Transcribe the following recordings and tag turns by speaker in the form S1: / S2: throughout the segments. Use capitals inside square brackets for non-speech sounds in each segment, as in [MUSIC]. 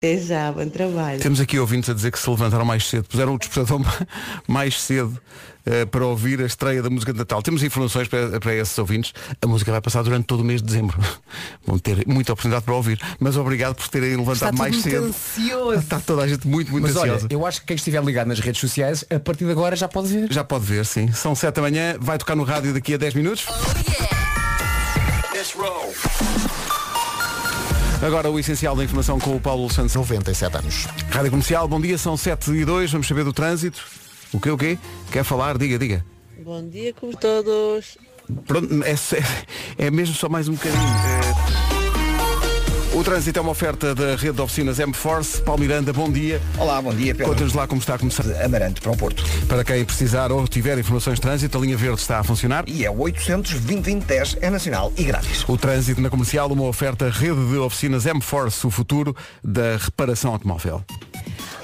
S1: Até É já, bom trabalho.
S2: Temos aqui ouvintes a dizer que se levantaram mais cedo, puseram o despertador [LAUGHS] ma- mais cedo eh, para ouvir a estreia da música de Natal. Temos informações para, para esses ouvintes. A música vai passar durante todo o mês de dezembro. [LAUGHS] Vão ter muita oportunidade para ouvir. Mas obrigado por terem
S3: Tá
S2: levantado mais cedo. Está toda a gente muito, muito
S4: Mas [LAUGHS] olha,
S2: ansiosa.
S4: eu acho que quem estiver ligado nas redes sociais, a partir de agora já pode ver.
S2: Já pode ver, sim. São 7 da manhã, vai tocar no rádio daqui a 10 minutos. Agora o essencial da informação com o Paulo Santos.
S5: 97 anos.
S2: Rádio Comercial, bom dia, são 7 e 2, vamos saber do trânsito. O que o quê? Quer falar? Diga, diga.
S1: Bom dia como todos.
S2: Pronto, é, sé- [LAUGHS] é mesmo só mais um bocadinho. É. O trânsito é uma oferta da rede de oficinas M-Force. Paulo Miranda, bom dia.
S6: Olá, bom dia, Pedro.
S2: Conta-nos lá como está a começar.
S6: Amarante para o Porto.
S2: Para quem precisar ou tiver informações de trânsito, a linha verde está a funcionar.
S6: E é 820-2010, é nacional e grátis.
S2: O trânsito na comercial, uma oferta rede de oficinas M-Force, o futuro da reparação automóvel.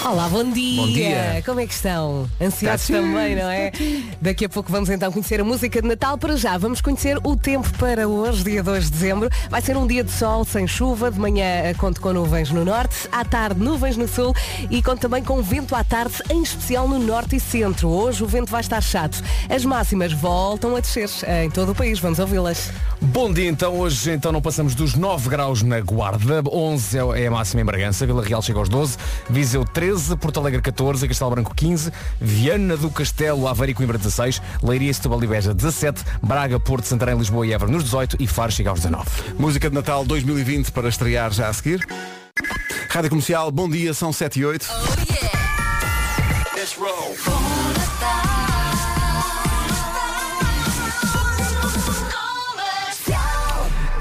S7: Olá, bom dia.
S2: Bom dia.
S7: Como é que estão? Ansiosos
S2: Está tudo, tá
S7: também, não é? Daqui a pouco vamos então conhecer a música de Natal para já. Vamos conhecer o tempo para hoje, dia 2 de dezembro. Vai ser um dia de sol, sem chuva. De manhã eh, conto com nuvens no norte, à tarde nuvens no sul e conto também com vento à tarde, em especial no norte e centro. Hoje o vento vai estar chato. As máximas voltam a descer eh, em todo o país. Vamos ouvi-las.
S4: Bom dia então, hoje então não passamos dos 9 graus na Guarda, 11 é- é a máxima em Bragança, Vila Real chega aos 12, Viseu 13, Porto Alegre 14, Castelo Branco 15, Viana do Castelo, Aveiro e Coimbra 16, Leiria, Setúbal e Beja 17, Braga, Porto, Santarém, Lisboa e Évora nos 18 e Faro chega aos 19.
S2: Música de Natal 2020 para estrear já a seguir. Rádio Comercial, bom dia, são 7 e 8.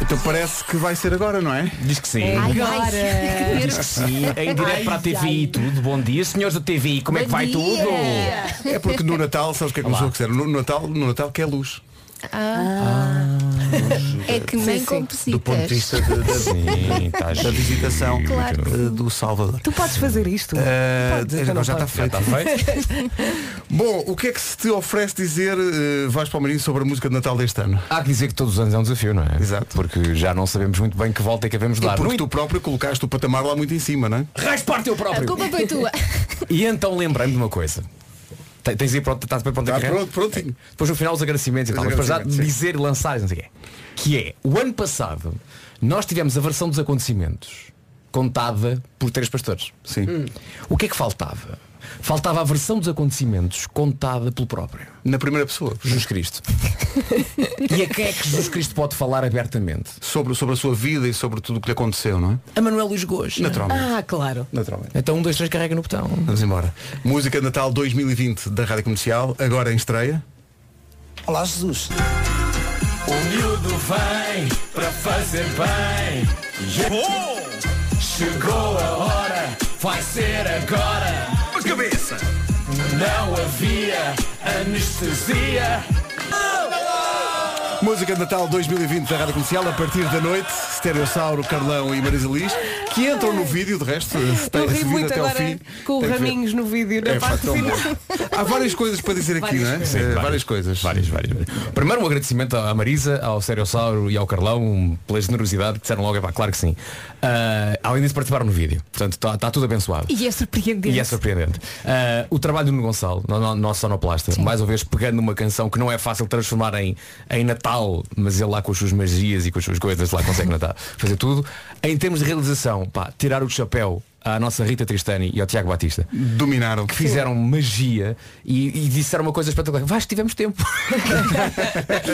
S2: Então parece que vai ser agora, não é?
S4: Diz que sim.
S7: Agora!
S4: Diz que sim, É em direto para a TVI e tudo. Bom dia, senhores da TVI, como é que vai tudo?
S2: É porque no Natal, sabes o que é que começou a dizer? No Natal, no Natal que é luz.
S3: [LAUGHS] É que nem com
S2: Do ponto
S3: pesitas.
S2: de vista de- da-
S4: Sim, tá
S2: da
S4: giro.
S2: visitação
S3: Claro.
S2: eh, do Salvador.
S7: Tu podes fazer isto?
S2: Eh,
S7: Podes,
S2: agora
S7: então não
S2: já está
S7: podes.
S2: feito.
S4: tá feito?
S2: Bom, o que é que se te oferece dizer, eh, Vasco Palmeirinho, sobre a música de Natal deste ano?
S4: [LAUGHS] Há que dizer que todos os anos é um desafio, não é?
S2: Exato.
S4: Porque já não sabemos muito bem que volta é que devemos dar.
S2: Porque
S4: No
S2: tu próprio colocaste o patamar lá muito em cima, não é?
S4: Raspar teu
S3: A
S4: próprio.
S3: culpa foi tua.
S4: E então lembrei-me de uma coisa. Te- Tens aí pronto, estás bem pronto a
S2: Está
S4: carregar?
S2: Tá pronto, prontinho.
S4: É, Depois no final os agradecimentos e
S2: Os
S4: tal. Mas para já
S2: agradecimentos,
S4: dizer e lançar, não sei o quê. Que é, o ano passado, nós tivemos a versão dos acontecimentos contada por três pastores.
S2: Sim.
S4: O que é que faltava? Faltava a versão dos acontecimentos contada pelo próprio.
S2: Na primeira pessoa.
S4: Jesus
S2: [LAUGHS]
S4: Cristo. e a quem é que Jesus Cristo pode falar abertamente?
S2: Sobre, sobre a sua vida e sobre tudo o que lhe aconteceu, não é?
S4: A Manuel Luís Gomes.
S2: Naturalmente.
S7: Ah, claro.
S2: Naturalmente.
S4: Então um, dois, três, carrega no botão.
S2: Vamos embora. Música de Natal 2020 da Rádio Comercial, agora em estreia.
S6: Olá, Jesus.
S2: Música de Natal 2020 da Rádio Comercial, a partir da noite, Stereossauro, Carlão e Marisa Liz, que entram no vídeo, de resto, se tem
S7: Eu ri
S2: se vir
S7: muito
S2: até ao
S7: agora
S2: fim.
S7: com o
S2: tem que ver.
S7: Raminhos no vídeo, na
S2: É, pá,
S7: parte
S2: tão
S7: final.
S2: bom. Há várias coisas para dizer aqui,
S7: Várias
S2: não é?
S7: coisas.
S2: Eh, várias, coisas.
S4: Várias, várias, várias. Primeiro um agradecimento à Marisa, ao Seriosauro e ao Carlão um, pela generosidade que disseram logo, é pá, claro que sim. Ah, além disso participaram no vídeo. Portanto, está tudo abençoado.
S3: E é surpreendente.
S4: E é surpreendente. Ah, o trabalho do Nuno Gonçalo, no- no- nosso sonoplasta, mais uma vez pegando uma canção que não é fácil transformar em, em Natal, mas ele lá com as suas magias e com as suas coisas lá consegue Natal, fazer tudo. Em termos de realização, pá, tirar o chapéu à nossa Rita Tristani e ao Tiago Batista.
S2: Dominaram.
S4: que Fizeram magia e, e disseram uma coisa espetacular. Vasco, tivemos tempo. [LAUGHS]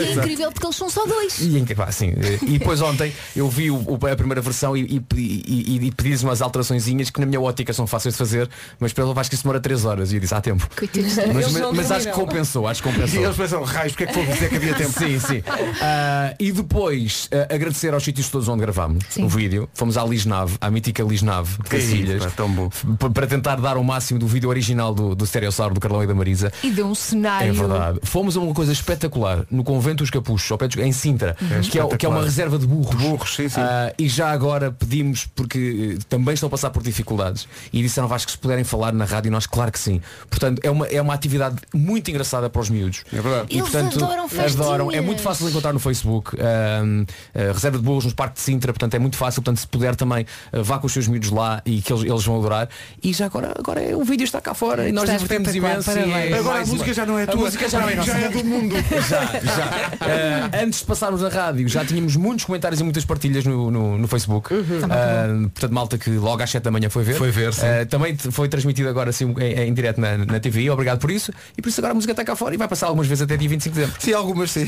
S3: E é incrível porque eles são só dois.
S4: E, em que- pá, sim, eh, e depois ontem eu vi o- o- a primeira versão e, e, e, e- e pedi umas alteraçõezinhas que na minha ótica são fáceis de fazer, mas pelo acho que isso demora 3 horas e eu disse há tempo.
S3: Coitados.
S4: Mas,
S7: Ah, Eles não
S4: mas- mas acho que
S7: dormiram.
S4: compensou, acho que
S2: E
S4: compensou.
S2: eles pensam, raios, porque é que vou dizer que havia
S4: [LAUGHS]
S2: tempo?
S4: Sim, sim. Ah, e depois ah, agradecer aos sítios todos onde gravámos o vídeo. Fomos à Lisnave, à mítica Lisnave de
S2: Que isso,
S4: Cacilhas,
S2: pá, tão bom.
S4: p- para tentar dar o máximo do vídeo original do, do Stereossauro, do Carlão e da Marisa.
S3: E deu um
S4: É
S3: cenário.
S4: verdade. Fomos a uma coisa espetacular no convento dos Capuchos, ao pé dos- em Sintra, que, é, o- que é uma
S2: espetacular.
S4: reserva de burros.
S2: burros, sim, sim.
S4: Ah, e já agora pedimos, porque eh, também estão a passar por dificuldades, e disseram Vasco que se puderem falar na rádio, nós claro que sim. Portanto, é uma, é uma atividade muito engraçada para os miúdos.
S2: É verdade.
S4: E,
S3: Eles
S4: portanto,
S3: adoram festinhas.
S4: adoram. É muito fácil de encontrar no Facebook. eh, ah, ah, reserva de burros nos parques de Sintra, portanto é muito fácil. Portanto, se puder também, ah, vá com eh, os seus miúdos lá e que eles, eles vão adorar. E já agora, agora é- o vídeo está cá fora e nós
S7: Está
S4: divertimos
S7: espetacular,
S4: imenso.
S7: parabéns.
S4: e é
S2: Agora
S4: mais
S2: a música
S4: uma-
S2: já não é
S4: a
S2: tua,
S4: música já não é nossa.
S2: já é do mundo.
S4: [LAUGHS] Já, já.
S2: [LAUGHS]
S4: Eh, antes de passarmos a rádio, já tínhamos muitos comentários e muitas partilhas no, no, no Facebook. Eh, portanto, malta que logo às 7 da manhã foi ver.
S2: Uhum. Foi ver, sim.
S4: Eh, também t- foi transmitido agora assim, em, em direto na, na TV. Obrigado por isso. E por isso agora a música está cá fora e vai passar algumas vezes até dia 25 de dezembro.
S2: Sim, algumas sim.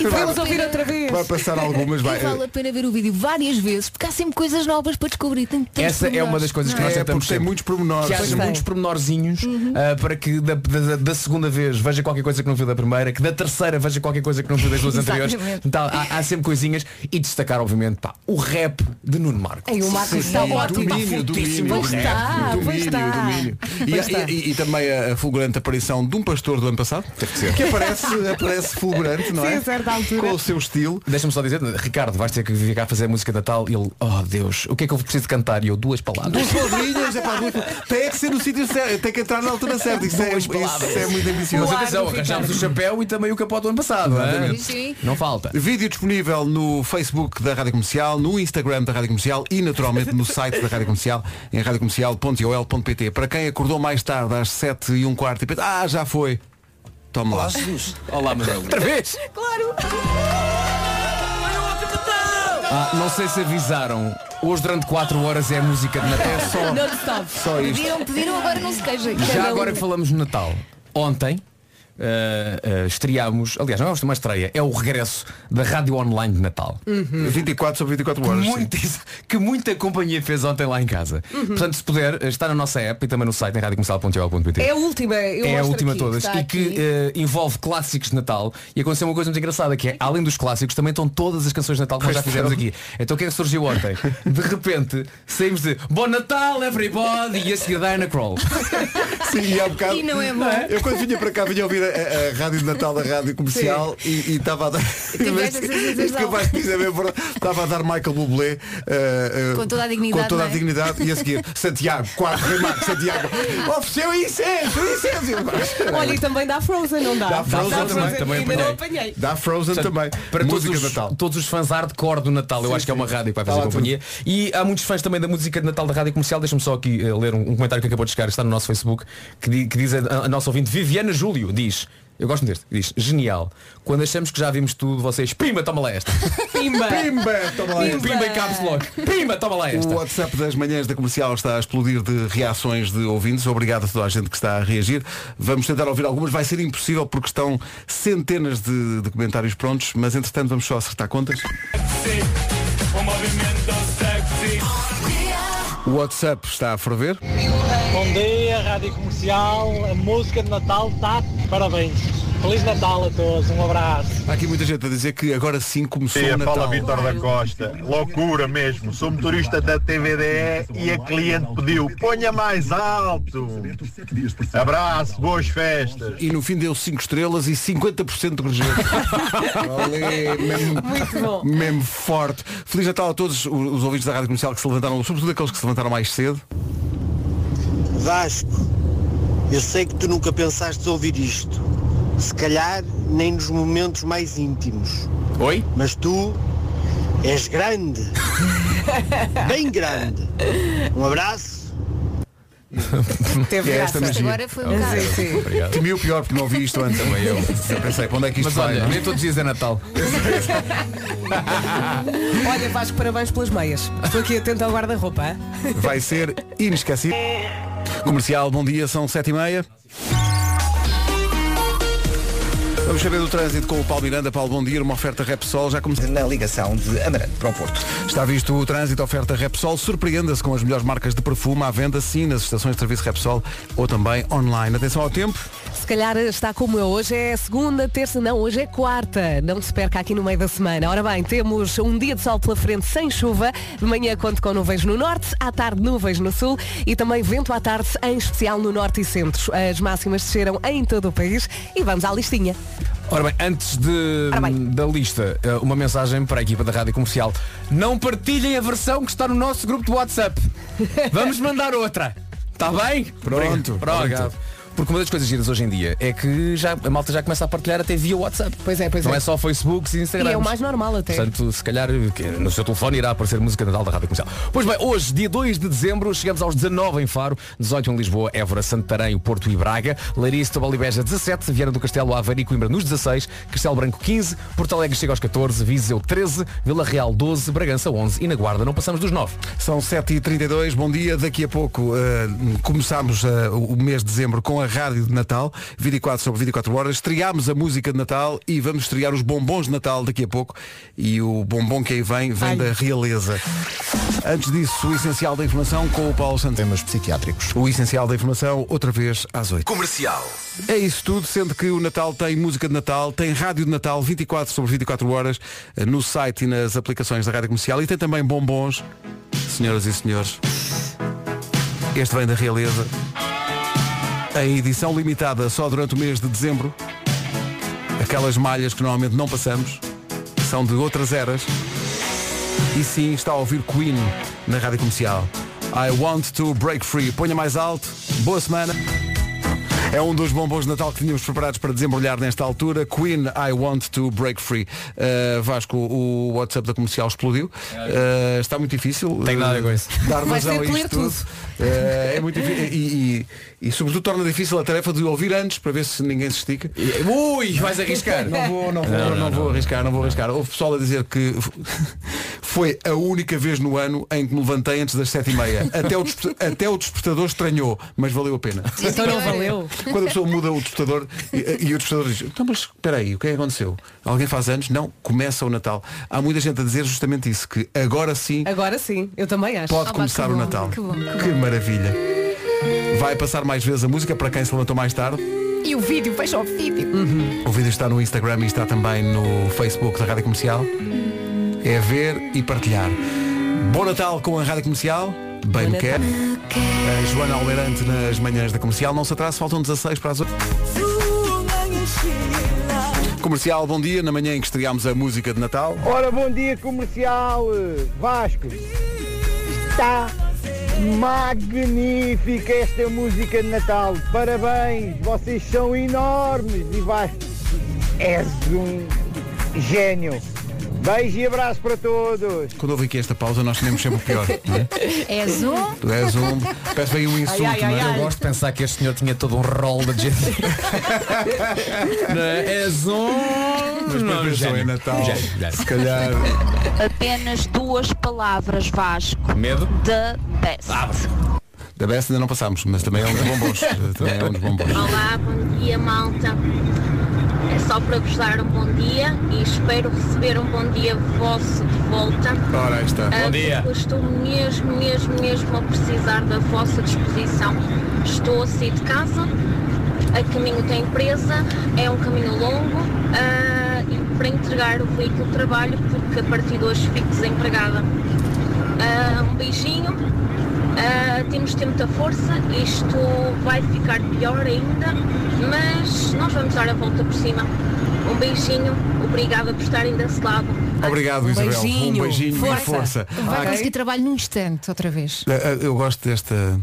S7: E
S3: vale
S7: vamos
S3: a
S7: ouvir
S3: pena-
S7: outra vez.
S2: Vai passar algumas, vai. eh,
S3: E vale a pena ver o vídeo várias vezes, porque há sempre coisas novas para descobrir. Tem tantos
S4: Essa é
S3: pormenores,
S4: uma das coisas que
S3: não é?
S4: nós
S2: É,
S4: tentamos
S2: porque tem
S4: sempre.
S2: muitos pormenores.
S4: que haja
S7: Pois é. tem.
S4: muitos pormenorzinhos
S2: Uhum.
S4: ah, para que da, da- da segunda vez veja qualquer coisa que não viu da primeira, que da terceira veja qualquer coisa que não viu das
S2: [LAUGHS]
S4: duas anteriores.
S3: Exatamente.
S4: Então, há, há sempre coisinhas e destacar, obviamente, pá, o rap de Nuno Marco.
S7: Ei, o Marcos
S2: Sim,
S7: está
S2: sim,
S7: ótimo.
S2: Domínio, domínio,
S7: Pois
S2: rap,
S7: está,
S2: domínio,
S7: pois está.
S2: domínio. E,
S7: Pois está.
S2: e- e- e também a, a fulgurante aparição de um pastor do ano passado, que, aparece, aparece fulgurante, não
S7: Sim,
S2: é?
S7: a certa altura.
S2: Com o seu estilo.
S4: Deixa-me só dizer, Ricardo, vais ter que vir cá fazer a música de Natal e ele, oh Deus, o que é que eu preciso de cantar? E eu, duas palavras.
S2: Duas palavrinhas, é para Tem que ser no sítio certo, tem que entrar na altura certa. Isso, é,
S4: Boas
S2: isso
S4: palavras.
S2: é muito
S4: Mas
S2: ambicioso.
S4: atenção, arranjámos o chapéu e também o capote do ano passado. não é?
S3: Sim.
S4: Não falta.
S2: Vídeo disponível no Facebook da Rádio Comercial, no Instagram da Rádio Comercial e naturalmente no site da Rádio Comercial, em radiocomercial.ol.pt. Para quem acordou mais tarde, às 7 e um quarto e pensa, ah, já foi. Toma lá.
S6: Olá, Jesus.
S4: Olá, Manuel. Outra vez? Claro! Ah, não sei se avisaram. Hoje durante 4 horas é a música de Natal.
S7: Não stop.
S2: Só isto.
S3: Pediram, pediram, agora não se queijem.
S4: Já
S3: Cada um-
S4: agora que falamos de Natal, ontem ah, ah, estreámos, aliás, não é uma estreia, é o regresso da Rádio Online de Natal.
S2: 24 sobre 24 horas. sim.
S4: Muito isso, que muita companhia fez ontem lá em casa.
S3: Uhum.
S4: Portanto, se puder, eh, está na nossa app e também no site em radiocomercial.ol.pt.
S7: É a última. eu
S4: é a
S7: mostro
S4: última
S7: aqui,
S4: todas
S7: está
S4: e que
S7: aqui.
S4: eh, envolve clássicos de Natal e aconteceu uma coisa muito engraçada que é
S7: Então.
S4: além dos clássicos também estão todas as canções de Natal que nós já fizemos aqui então o que é que surgiu ontem de repente saímos de Bom Natal everybody e a seguir Diana Crawl
S2: Sim, e há bocado.
S3: E não é bom.
S2: Eu quando vinha para cá vinha ouvir a, a- a rádio de Natal da rádio comercial e e estava a dar.
S3: essa sensação.
S2: Este capaz de dizer bem, verdade. estava a dar Michael Bublé eh, eh,
S3: Com toda a dignidade,
S2: é com toda a
S3: não é?
S2: dignidade e a seguir Santiago, quatro Remarque, Santiago, ofereceu incenso, incenso. Eu, pá,
S7: Olha, e também dá Frozen, não dá?
S2: eh, Dá Frozen também,
S4: também
S7: ainda não
S4: apanhei.
S7: apanhei.
S2: Dá Frozen também.
S4: para
S2: música
S4: todos
S2: de
S4: os,
S2: Natal.
S4: todos os fãs hardcore do Natal eu acho que é uma rádio que vai fazer
S2: Está lá
S4: companhia e há muitos fãs também da música de Natal da rádio comercial deixa-me só aqui eh, ler um, um comentário que acabou de chegar está no nosso Facebook que, di- que diz a, a nossa ouvinte Viviana Júlio diz eu gosto deste diz genial quando achamos que já vimos tudo vocês pima toma lá esta
S7: Pimba.
S2: Pimba, toma lá.
S7: Pimba.
S4: Pimba em caps lock. Pimba, toma lá
S2: O
S4: esta.
S2: WhatsApp das manhãs da comercial está a explodir de reações de ouvintes. Obrigado a toda a gente que está a reagir. Vamos tentar ouvir algumas. Vai ser impossível porque estão centenas de, de comentários prontos, mas entretanto vamos só acertar contas. O WhatsApp está a ferver.
S5: Bom dia, Rádio Comercial, a música de Natal está parabéns. Feliz Natal a todos, um abraço.
S2: Há aqui muita gente a dizer que agora sim começou
S8: Sim,
S2: o
S8: a
S2: Natal.
S8: Paula Vitor da Costa. Loucura mesmo. Sou motorista da TVDE e a cliente pediu, ponha mais alto. Abraço, boas festas.
S2: E no fim deu 5 estrelas e 50% de gorjeta.
S4: [LAUGHS]
S2: Olé, mesmo,
S7: Muito bom.
S2: mesmo forte. Feliz Natal a todos os, os ouvintes da Rádio Comercial que se levantaram, sobretudo aqueles que se levantaram mais cedo.
S9: Vasco, eu sei que tu nunca pensaste ouvir isto. Se calhar nem nos momentos mais íntimos.
S4: Oi?
S9: Mas tu és grande. Bem grande. Um abraço.
S7: Teve graça.
S3: Mas agora foi um
S7: Sim,
S3: bocado.
S7: sim.
S4: Obrigado.
S2: Temi o pior porque não ouvi isto antes. Também eu. pensei, para onde é que isto
S4: Mas
S2: vai?
S4: olha,
S2: não é?
S4: nem todos os dias é Natal.
S7: Olha, Vasco, parabéns pelas meias. Estou aqui atento ao guarda-roupa. hein?
S2: é? Vai ser inesquecível. Comercial, bom dia, são sete e meia. Vamos saber do trânsito com o Paulo Miranda. Paulo, bom dia. Uma oferta Repsol. Já começou.
S6: Na ligação de Amarante para o Porto.
S2: Está visto o trânsito oferta Repsol. Surpreenda-se com as melhores marcas de perfume à venda, sim, nas estações de serviço Repsol ou também online. Atenção ao tempo.
S7: Se calhar está como eu. Hoje é segunda, terça, não, hoje é quarta. Não se perca aqui no meio da semana. Ora bem, temos um dia de sol pela frente sem chuva. De manhã conto com nuvens no norte, à tarde nuvens no sul e também vento à tarde, em especial no norte e centro. As máximas desceram em todo o país e vamos à listinha.
S4: Ora bem, antes de,
S7: Ora bem.
S4: da lista, eh, uma mensagem para a equipa da Rádio Comercial. Não partilhem a versão que está no nosso
S7: [LAUGHS]
S4: grupo de WhatsApp. Vamos mandar outra. Está bem?
S2: Pronto,
S4: Obrigado. Pronto.
S2: obrigado.
S4: Porque uma das coisas giras hoje em dia é que já, a malta já começa a partilhar até via WhatsApp.
S7: Pois é, pois
S4: Não
S7: é.
S4: é só Facebook e Instagram.
S7: E é o mais normal até.
S4: Portanto, se calhar que no seu telefone irá aparecer música de Natal da Rádio Comercial. Pois bem, hoje, dia 2 de dezembro, chegamos aos 19 em Faro, 18 em Lisboa, Évora, Santarém, o Porto e Braga, Larissa, Tobal e Beja, 17, Viana do Castelo, Aveiro e Coimbra nos 16, Castelo Branco 15, Porto Alegre chega aos 14, Viseu 13, Vila Real 12, Bragança 11 e na Guarda não passamos dos 9.
S2: São 7h32, bom dia. Daqui a pouco eh, começámos eh, o mês de dezembro com a rádio de Natal, 24 sobre 24 horas. Estreámos a música de Natal e vamos estrear os bombons de Natal daqui a pouco. E o bombom que aí vem, vem da realeza. Antes disso, o essencial da informação com o Paulo Santos.
S6: Temas psiquiátricos.
S2: O essencial da informação, outra vez às 8.
S10: Comercial.
S2: É isso tudo, sendo que o Natal tem música de Natal, tem rádio de Natal 24 sobre 24 horas eh, no site e nas aplicações da Rádio Comercial e tem também bombons, senhoras e senhores. Este vem da realeza. Em edição limitada só durante o mês de dezembro. Aquelas malhas que normalmente não passamos são de outras eras. E sim, está a ouvir Queen na Rádio Comercial. I want to break free. Ponha mais alto. Boa semana. É um dos bombons de Natal que tínhamos preparados para desembrulhar nesta altura. Queen, I Want to Break Free. Uh, Vasco, o WhatsApp da comercial explodiu. Uh, está muito difícil.
S4: É. Tem nada a ver com
S2: uh,
S4: isso.
S2: Dar
S7: Vais ter
S2: razão a
S7: que
S2: isto
S7: ler
S2: tudo.
S7: tudo.
S2: Uh, é muito difícil. E, e- e, sobretudo torna difícil a tarefa de ouvir antes para ver se ninguém se estica.
S4: Ui, vais arriscar.
S2: Não vou, não vou, não, vou arriscar, não vou arriscar. Houve pessoal a dizer que [LAUGHS] foi a única vez no ano em que me levantei antes das sete e meia. Até o, despe- até o despertador estranhou, mas valeu a pena.
S7: Então não valeu.
S2: Quando a pessoa muda o despertador e, e o despertador diz, então mas espera aí, o que é que aconteceu? Alguém faz anos? Não, começa o Natal. Há muita gente a dizer justamente isso, que agora sim
S7: Agora sim, eu também acho.
S2: pode
S3: Ah, pá,
S2: começar
S3: que
S2: o
S3: bom,
S2: Natal.
S3: que bom, que bom.
S2: maravilha. Vai passar mais vezes a música para quem se levantou mais tarde. Uhum.
S3: E o vídeo, fecha o vídeo.
S2: O vídeo está no Instagram e está também no Facebook da Rádio Comercial. É ver e partilhar. Bom Natal com a Rádio Comercial. Bem me quer. A Joana Almeirante nas manhãs da comercial. Não se atrase, faltam 16 para as 8. Comercial, bom dia. Na manhã em que estreámos a música de Natal.
S5: Ora, bom dia comercial eh, Vasco. Está magnífica esta música de Natal. Parabéns, vocês são enormes e Vasco és um gênio. Beijo e abraço para todos.
S2: Quando houve aqui esta pausa, nós temos sempre o pior.
S4: [LAUGHS]
S2: não é?
S3: És um.
S2: Tu és um. Parece bem um insulto,
S7: ai,
S2: não é?
S7: ai,
S4: Eu
S7: ai.
S4: gosto de pensar que este senhor tinha todo um rol de
S2: [LAUGHS]
S4: gente. Não é? És um.
S2: Mas
S4: Não,
S2: depois pensou
S4: gênio. Um
S2: em Natal.
S4: Gênio, gênio.
S2: Se calhar.
S4: [LAUGHS]
S11: Apenas duas palavras, Vasco.
S4: Medo?
S11: The best.
S2: Da Bessa ainda não passámos, mas também é um dos bombons. também é um dos bombons.
S11: Olá, bom dia, malta. É só para vos dar um bom dia e espero receber um bom dia vosso de volta.
S2: Ora, aí está.
S11: Ah,
S4: dia.
S11: porque Estou mesmo, mesmo, mesmo a precisar da vossa disposição. Estou a sair de casa, a caminho da empresa, é um caminho longo ah, e para entregar o veículo de trabalho, porque a partir de hoje fico desempregada. Ah, um beijinho, ah, temos de ter muita força, isto vai ficar pior ainda, mas nós vamos dar a volta por cima. Um beijinho, obrigada por estarem desse lado.
S2: Obrigado, Isabel.
S7: beijinho.
S2: Um beijinho e
S7: Força.
S2: força.
S3: Vai
S2: Há-
S3: conseguir trabalho num instante, outra vez.
S2: Eh, Eu gosto desta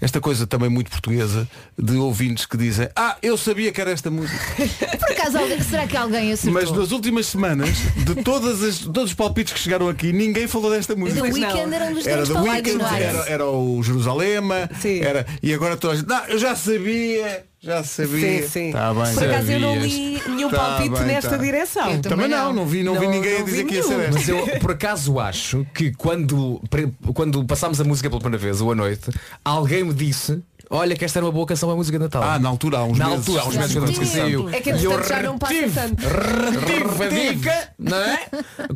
S2: esta coisa também muito portuguesa de ouvintes que dizem ah eu sabia que era esta música
S7: [LAUGHS]
S3: Por acaso, alguém- será que alguém acertou?
S2: mas nas últimas semanas de todas as todos os palpites que chegaram aqui ninguém falou desta
S3: The
S2: música
S7: Pois não.
S3: Weeknd era um dos
S2: era
S3: grandes
S2: The
S3: falados,
S2: Weeknd
S3: não era?
S2: era, era o Jerusalema
S7: Sim.
S2: era e agora toda a gente não eu já sabia já sabia
S7: Sim, sim.
S2: Tá bem
S7: Por acaso eu não
S2: sabias.
S7: li nenhum
S2: Tá
S7: palpite
S2: bem,
S7: nesta
S2: tá.
S7: direção.
S3: Eu
S2: também
S3: Também
S2: não
S3: não.
S2: não vi não, vi
S7: Não-
S2: ninguém a
S7: não
S2: dizer
S7: vi
S2: que ia ser
S7: nenhum.
S2: esta
S4: Mas eu por acaso acho que quando, pre- quando passámos a música pela primeira vez, ou à noite, alguém me disse, olha que esta era uma boa canção para a música de Natal.
S2: ah na altura há uns
S4: Na
S2: meses
S4: altura, há uns meses quando
S3: Sim.
S4: saiu.
S7: É que
S4: E eu
S7: entretanto já não passa
S4: retive,
S7: tanto.
S4: retive a dica, não é?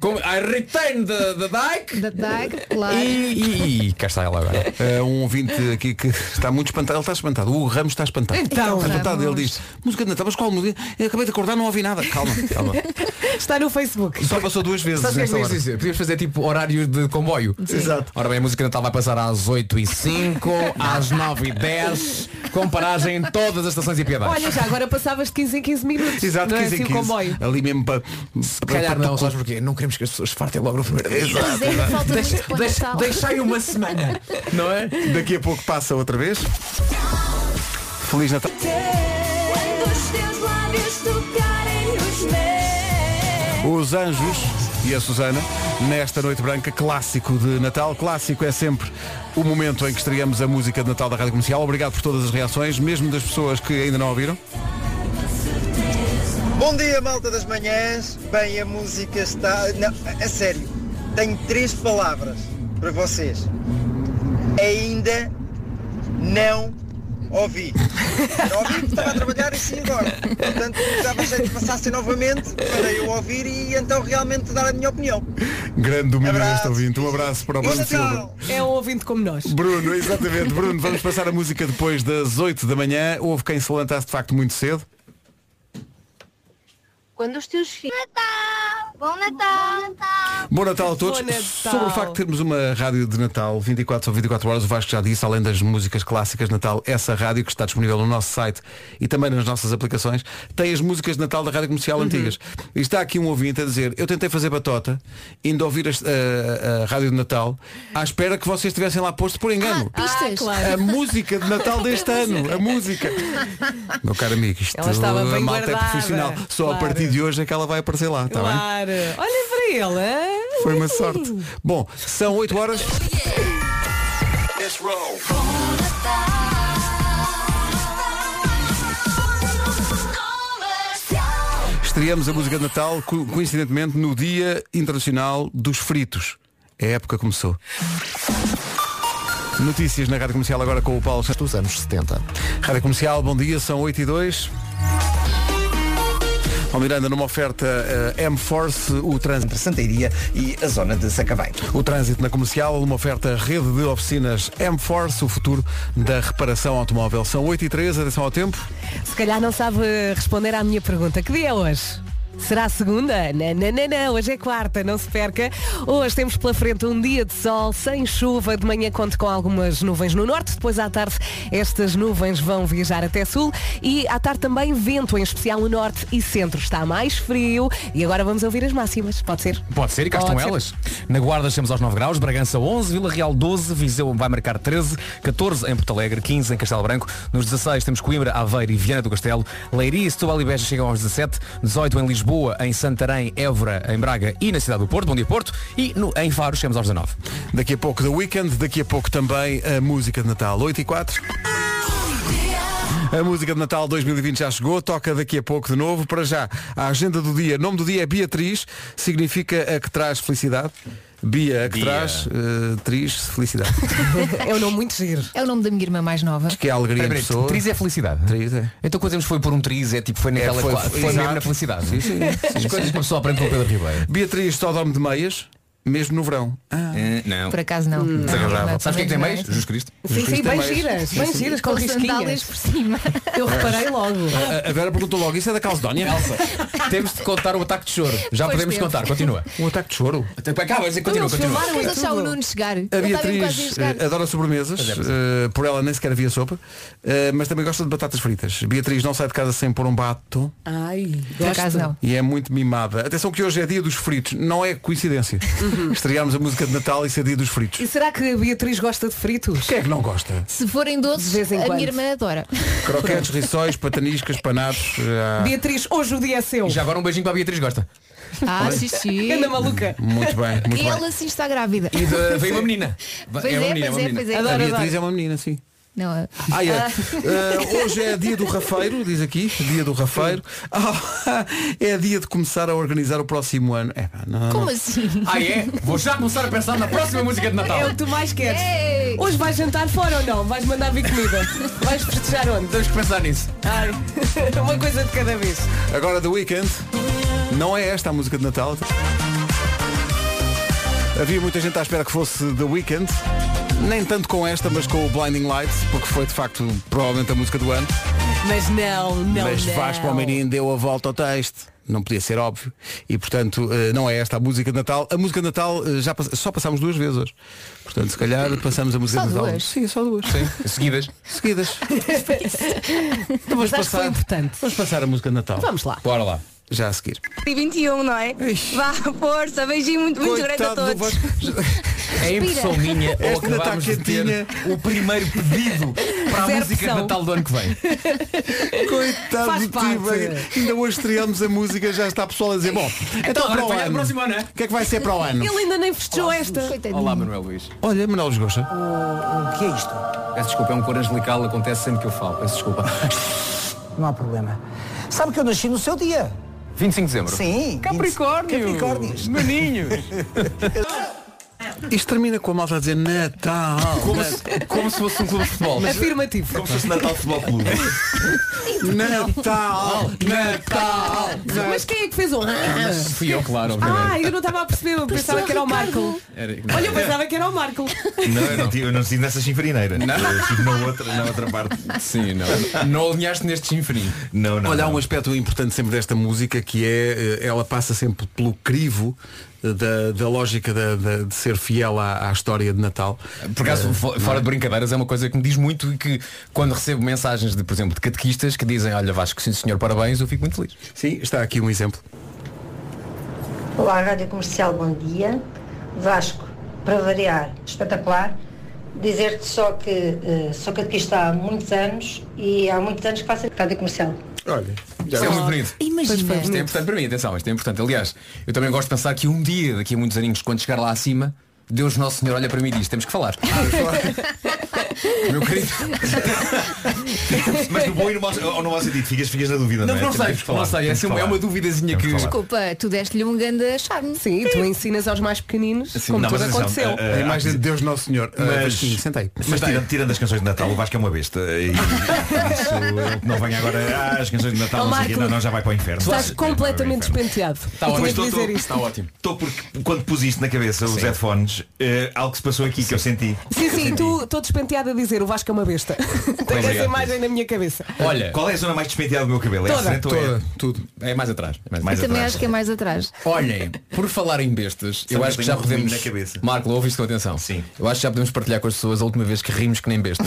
S4: Como, I retain the, the dike.
S3: Da Dag, claro.
S4: E, e- e cá está ela agora.
S2: É um ouvinte aqui que está muito espantado. Ele está espantado. O Ramos está espantado.
S7: Então,
S2: está espantado.
S3: Ramos.
S2: Ele diz, música de Natal, mas qual música? Eu acabei de acordar, não ouvi nada. Calma, calma.
S4: [LAUGHS]
S7: Está no Facebook.
S2: Só passou duas vezes.
S4: Sabes o que é que
S2: nesta
S4: podíamos
S2: hora.
S4: dizer? Podíamos fazer tipo horário de comboio.
S2: Exato.
S4: Ora bem, a música de Natal vai passar às 8 e
S7: [LAUGHS]
S4: 5 às 9 e 10 com paragem em todas as estações e piedades.
S7: Olha, já agora passavas de 15 em 15 minutos.
S2: Exato,
S7: não é
S2: 15 em
S7: assim
S2: 15.
S7: o comboio.
S2: Ali mesmo para.
S4: Se calhar não, sabes porquê? Não queremos que as pessoas fartem logo no primeiro dia.
S3: Pois é, falta
S4: Deixa-
S3: muito para o
S4: deixa-
S3: Natal.
S4: Deixei uma semana, não é?
S2: Daqui a pouco passa outra vez. Feliz Natal.
S10: Quando os teus lábios tocarem nos meus.
S2: Os Anjos e a Susana, nesta Noite Branca, clássico de Natal. Clássico é sempre o momento em que estreamos a música de Natal da Rádio Comercial. Obrigado por todas as reações, mesmo das pessoas que ainda não ouviram.
S12: Bom dia, malta das manhãs. Bem, a música está. Não, a sério, tenho três palavras para vocês. Ainda não ouvi. Não ouvi porque estava a trabalhar e sim agora. Portanto, estava cheio de passassem novamente para eu ouvir e então realmente dar a minha opinião.
S2: Grande domínio deste ouvinte. Um abraço para o Bruno Silva.
S7: É um ouvinte como nós.
S2: Bruno, exatamente. Bruno, vamos passar a música depois das 8 da manhã. Houve quem se levantasse de facto muito cedo.
S11: Quando os teus filhos.
S10: Bom Natal! Bom Natal!
S2: Bom Natal a todos.
S10: Bom Natal.
S2: Sobre o facto de termos uma rádio de Natal 24 sobre 24 horas, o Vasco já disse, além das músicas clássicas de Natal, essa rádio que está disponível no nosso site e também nas nossas aplicações, tem as músicas de Natal da Rádio Comercial
S7: Uhum.
S2: antigas. E está aqui um ouvinte a dizer, eu tentei fazer batota, indo ouvir as- eh, a, a rádio de Natal, à espera que vocês estivessem lá posto por engano.
S7: pistas. Ah, claro.
S2: A música de Natal
S7: [LAUGHS]
S2: deste ano, a música. Meu caro amigo, isto
S7: Ela estava
S2: a
S7: bem
S2: malta é
S7: guardada,
S2: profissional. Só a
S7: claro.
S2: partir de hoje é que ela vai aparecer lá, está bem?
S7: Claro. Olha para ele. hein?
S2: Foi uma sorte. Bom, são 8 horas. Estreamos a música de Natal, co- coincidentemente, no Dia Internacional dos Fritos. A época começou. Notícias na Rádio Comercial agora com o Paulo Santos. Dos anos 70. Rádio Comercial, bom dia, são 8 e 2. Ó Miranda, numa oferta eh, M-Force, o trânsito entre Santeiria e a zona de Sacavém. O trânsito na comercial, uma oferta rede de oficinas M-Force, o futuro da reparação automóvel. São 8 e 3, atenção ao tempo.
S7: Se calhar não sabe responder à minha pergunta. Que dia é hoje? Será segunda? Não, não, não, não. Hoje é quarta, não se perca. Hoje temos pela frente um dia de sol, sem chuva. De manhã conto com algumas nuvens no norte. Depois à tarde estas nuvens vão viajar até sul. E à tarde também vento, em especial o norte e centro. Está mais frio. E agora vamos ouvir as máximas. Pode ser?
S4: Pode ser, e cá estão
S7: Pode ser.
S4: elas. Na Guarda chegamos aos 9 graus, Bragança 11, Vila Real 12, Viseu vai marcar 13, 14 em Porto Alegre, 15 em Castelo Branco, nos 16 temos Coimbra, Aveiro e Viana do Castelo, Leiria, Setúbal e Beja chegam aos 17, 18 em Lisboa, em Santarém, Évora, em Braga e na cidade do Porto, Bom Dia Porto, e no, em Faro chegamos aos 19.
S2: Daqui a pouco The Weekend, daqui a pouco também a música de Natal. 8 e 4. A música de Natal 2020 já chegou, toca daqui a pouco de novo. Para já, a agenda do dia. O nome do dia é Beatriz, significa a que traz felicidade. Bia, a que
S4: Bia.
S2: traz eh, Triz, felicidade.
S7: é um nome muito giro.
S3: É o nome da minha irmã mais nova.
S2: Que é a alegria
S4: Espera,
S2: em
S4: espera,
S2: pessoa.
S4: Triz é felicidade.
S2: Triz é.
S4: Então quando dizemos foi por um triz, é tipo foi naquela
S2: É, foi-
S4: qua- foi,
S2: exato.
S4: mesmo na felicidade.
S2: Sim, sim,
S4: As coisas
S2: sim, sim.
S4: que uma pessoa aprende com o Pedro Ribeiro.
S2: Beatriz só dorme de meias, mesmo no verão. Ah.
S4: não.
S3: Por acaso não.
S2: Desagradável.
S4: Sabes quem é que tem
S3: Não.
S4: meias? Jesus Cristo.
S7: Sim, sim, bem
S2: é mais.
S7: giras.
S2: Sim,
S7: Bem
S2: sim.
S7: giras, com,
S3: Com sandálias
S7: risquinhas.
S3: por [LAUGHS] cima.
S7: Eu reparei logo.
S2: A- A Vera perguntou logo, isso é da Calcedónia?
S4: Elsa, temos de contar o ataque de choro. Já
S3: Pois
S4: podemos
S3: temos.
S4: contar, continua.
S2: Um ataque de choro.
S4: Até acaba, dizer continua,
S3: Eles
S4: continua.
S3: filmaram eles deixaram o Nuno chegar. Ele
S2: A
S3: estava quase a
S2: Beatriz
S3: chegar.
S2: eh, adora sobremesas, eh, por ela nem sequer havia sopa, eh, mas também gosta de batatas fritas. Beatriz não sai de casa sem pôr um bato
S1: Ai,
S3: Por acaso não.
S2: e é muito mimada. Atenção que hoje é dia dos fritos, não é coincidência.
S3: Uhum.
S2: Estrearmos a música de Natal e ser dia dos fritos.
S7: E será que a Beatriz gosta de fritos?
S2: Quem é que não gosta?
S3: Se forem
S7: De
S3: doces,
S7: vez em
S3: a
S7: quando.
S3: minha irmã adora.
S2: Croquetes,
S3: Uhum.
S2: rissóis, pataniscas, panados. ah,
S7: Beatriz, hoje o dia é seu.
S4: E já agora um beijinho para a Beatriz Gosta.
S3: Ah, xixi.
S7: Anda maluca.
S2: Muito bem, muito
S3: E
S2: bem.
S3: ela sim está grávida.
S4: E de- veio uma menina.
S3: Pois é, pois é, pois é.
S2: A
S7: Adoro,
S2: Beatriz
S7: adoro.
S2: é uma menina, sim.
S3: Não, é-
S2: Ah, é. Eh, hoje é dia do rafeiro, diz aqui, dia do rafeiro. Ah, [LAUGHS] é dia de começar a organizar o próximo ano. É, pá, não,
S3: Como assim?
S4: Ah é? Vou já começar a pensar na próxima música de
S7: É
S4: Natal.
S7: o que tu mais queres.
S3: Ei!
S7: Hoje vais jantar fora ou não? Vais mandar vir comida? Vais festejar onde?
S4: Temos que pensar nisso.
S7: Ai, [LAUGHS] uma coisa de cada vez.
S2: Agora The Weekend Não é esta a música de Natal Havia muita gente à espera que fosse The Weekend Nem tanto com esta, mas com o Blinding Lights Porque foi de facto provavelmente a música do ano
S7: Mas não, não,
S2: Mas
S7: não.
S2: Vasco Palmeirinho deu a volta ao texto não podia ser óbvio e portanto eh, não é esta a música de Natal a música de Natal eh, já pass- só passámos duas vezes hoje portanto se calhar passamos a música
S3: Só
S2: de Natal
S3: duas?
S2: sim só duas
S4: Seguidas.
S2: seguidas Então vamos
S7: Mas acho que foi
S2: passar
S7: importante.
S2: vamos passar a música de Natal
S7: Vamos lá.
S4: Bora lá.
S2: já a seguir.
S13: E 21, não é? Vá, força, beijinho muito, muito grande a
S2: Coitado do
S13: todos.
S4: É impressão minha ou
S2: Esta ainda tá está
S4: acabamos de ter o primeiro pedido para a
S2: Zero
S4: música de
S2: opção.
S4: Natal do ano que vem.
S2: [LAUGHS] Coitado
S4: Faz
S2: de ti,
S4: parte.
S2: Wagner. Ainda hoje estreámos a música, já está a pessoa a dizer, bom, então,
S4: Então, olha,
S2: para o
S4: apanhar
S2: ano.
S4: o próximo ano, é?
S2: O que é que vai ser para o ano?
S7: Ele ainda nem festejou esta.
S4: Olá, Manuel Luís.
S2: Olha, Manuel Desgosta.
S4: O que é isto? Peço desculpa, é um cor angelical, acontece sempre que eu falo. Peço desculpa.
S14: Não há problema. Sabe que eu nasci no seu dia?
S4: 25 de dezembro.
S14: Sim.
S4: Capricórnio.
S14: Capricórnios.
S4: Maninhos.
S2: Isto termina com a malta a dizer Natal.
S4: Como se- como se fosse um clube de futebol. Mas-
S7: [LAUGHS] Afirmativo.
S4: Como se fosse Natal Futebol Clube. [LAUGHS]
S2: Natal, Natal.
S7: Mas quem é que fez o...
S4: Fui eu, claro,
S7: Ah,
S4: obviamente.
S7: eu não estava a perceber, eu pensava que era o Marco.
S4: Era-
S7: Olha, eu pensava que era o Marco.
S15: Não, eu não, tive- eu não estive nessa chinfarineira. Não. Eu estive na outra, na outra parte.
S4: Sim, não. Não alinhaste neste chinfrim.
S15: Não, não.
S2: Olha, há
S15: não.
S2: um aspecto importante sempre desta música que é eh, ela passa sempre pelo crivo eh, da, da lógica da- da- de ser fiel à, à história de Natal.
S4: um- Por acaso,
S2: Eh,
S4: fo-
S2: não é?
S4: fora de brincadeiras, é uma coisa que me diz muito e que quando recebo mensagens de, por exemplo, de catequistas que dizem, olha Vasco, sim senhor, parabéns, eu fico muito feliz.
S2: Sim, está aqui um exemplo.
S16: Olá, Rádio Comercial, bom dia. Vasco, para variar, espetacular. Dizer-te só que eh, sou catequista há muitos anos e há muitos anos que faço Rádio Comercial.
S2: Olha,
S4: Isto é muito bonito.
S3: Imagina.
S4: Isto é importante para mim, atenção, isto é importante. Aliás, eu também gosto de pensar que um dia, daqui a muitos aninhos, quando chegar lá acima, Deus Nosso Senhor olha para mim e diz, temos
S15: [LAUGHS]
S4: que falar. Meu querido.
S15: Mas no bom e no mau, ou no mau sentido, ficas, ficas na dúvida, não,
S4: Não,
S15: é?
S4: não
S15: Temos
S4: sei,
S15: que falar,
S4: não sei,
S15: temos
S4: é
S15: que
S4: uma- é
S15: falar.
S4: uma duvidazinha
S15: Temos
S4: que-
S15: falar.
S3: Desculpa, tu deste-lhe um grande charme.
S7: Sim, e tu ensinas aos mais pequeninos
S15: Sim,
S7: como
S15: não,
S7: tudo
S15: mas atenção, eh,
S7: aconteceu.
S15: a- a-
S2: A imagem de Deus Nosso Senhor. Eh,
S15: Mas,
S2: Vasquinho, senta aí.
S15: mas tirando, tirando as canções de Natal, o Vasco é uma besta.
S4: [LAUGHS]
S15: E, isso, não venha agora ah, as canções de
S7: Ó,
S15: Natal, não sei o quê,
S7: Marco,
S15: não, não, já vai para o inferno.
S7: Estás completamente despenteado.
S15: Está
S4: tá
S7: Eu tinha
S15: é Tá ótimo.
S7: de dizer isto.
S15: Estou porque quando pus isto na cabeça, os headphones, eh, algo que se passou aqui que eu senti.
S7: Sim, sim, tu estou despenteado a dizer o Vasco é uma besta. [LAUGHS] Tenho essa
S15: Obrigado.
S7: imagem na minha cabeça.
S15: Olha. Qual é a zona mais despenteada do meu cabelo?
S4: Toda.
S15: é a frente ou é?
S4: Toda, tudo. É mais atrás. É mais
S3: Eu também
S4: atrás.
S3: acho que é mais atrás.
S4: Olhem, por falar em bestas,
S15: Sabe
S4: eu
S15: que
S4: acho que
S15: eu
S4: já
S15: tenho um
S4: podemos.
S15: ruim na cabeça.
S4: Marco, ouve isto com atenção. Sim. Eu acho que já podemos partilhar com as pessoas a última vez que rimos que nem
S15: [LAUGHS]
S4: bestas.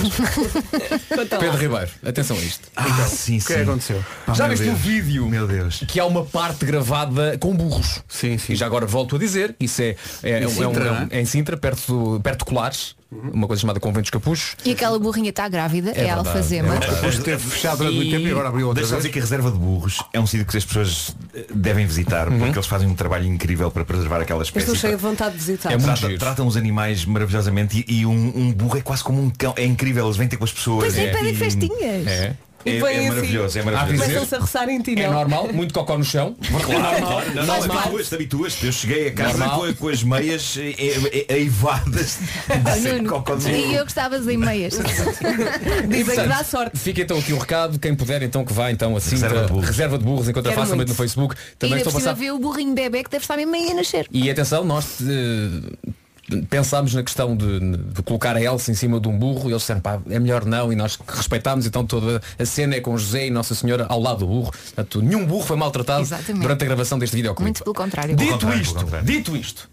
S4: Pedro Ribeiro, atenção a isto.
S15: Ah, sim, sim.
S4: que é que aconteceu?
S15: Pá,
S4: já
S2: Ah,
S15: meu
S4: viste o
S15: Deus.
S4: vídeo
S15: Meu Deus.
S4: que há uma parte gravada com burros.
S2: Sim, sim.
S4: E já agora volto a dizer, isso é, é,
S15: Em
S4: é um- é um-
S15: Sintra,
S4: é um-
S15: não é? Uhum.
S4: é em Sintra, perto, do, perto de Colares, uma coisa chamada Convento dos Capuchos.
S3: E aquela burrinha está grávida, é,
S4: verdade,
S3: alfazema.
S4: é verdade.
S2: Depois de ter fechado durante muito tempo e agora abriu outra
S15: Deixa eu
S2: vez.
S15: dizer que a Reserva de Burros é um sítio que as pessoas eh, devem visitar porque eles fazem um trabalho incrível para preservar aquela
S7: Eu
S15: espécie.
S7: estou cheia de vontade de visitar.
S15: Trata- tratam os animais maravilhosamente e, e um, um burro é quase como um cão. É incrível, eles vêm ter com as pessoas.
S7: Pois é,
S15: e-
S7: pedem festinhas.
S15: É,
S7: E
S15: é,
S7: põem
S15: é
S7: assim,
S15: maravilhoso, é maravilhoso.
S7: Começam-se a roçar em ti, não?
S15: É
S4: normal, muito cocó no chão.
S15: [LAUGHS] Claro,
S4: Normal.
S15: claro, não, não,
S4: Normal.
S15: habituas-te, habituas-te. Eu cheguei a casa
S4: Normal.
S15: com, com as meias eh, eh, eh, eivadas de ser
S3: Nuno,
S15: cocó de
S3: E
S15: burro.
S3: eu gostava de meias.
S7: Dizem que dá sorte.
S4: Fica então aqui o recado, quem puder então que vá então assim reserva de burros, reserva de burros encontra
S3: Quero
S4: facilmente
S3: muito.
S4: no Facebook.
S3: e
S4: Também
S3: ainda
S4: estou
S3: por
S4: a
S3: cima
S4: passar
S3: ver o burrinho bebê que deve estar mesmo aí a nascer.
S4: E atenção, nós eh, pensámos na questão de, de colocar a Elsa em cima de um burro e eles disseram, pá, é melhor não, e nós respeitámos, então toda a cena é com José e Nossa Senhora ao lado do burro. Portanto, nenhum burro foi maltratado
S3: Exatamente.
S4: durante a gravação deste videoclipe.
S3: Muito pelo contrário.
S4: Dito isto, dito isto,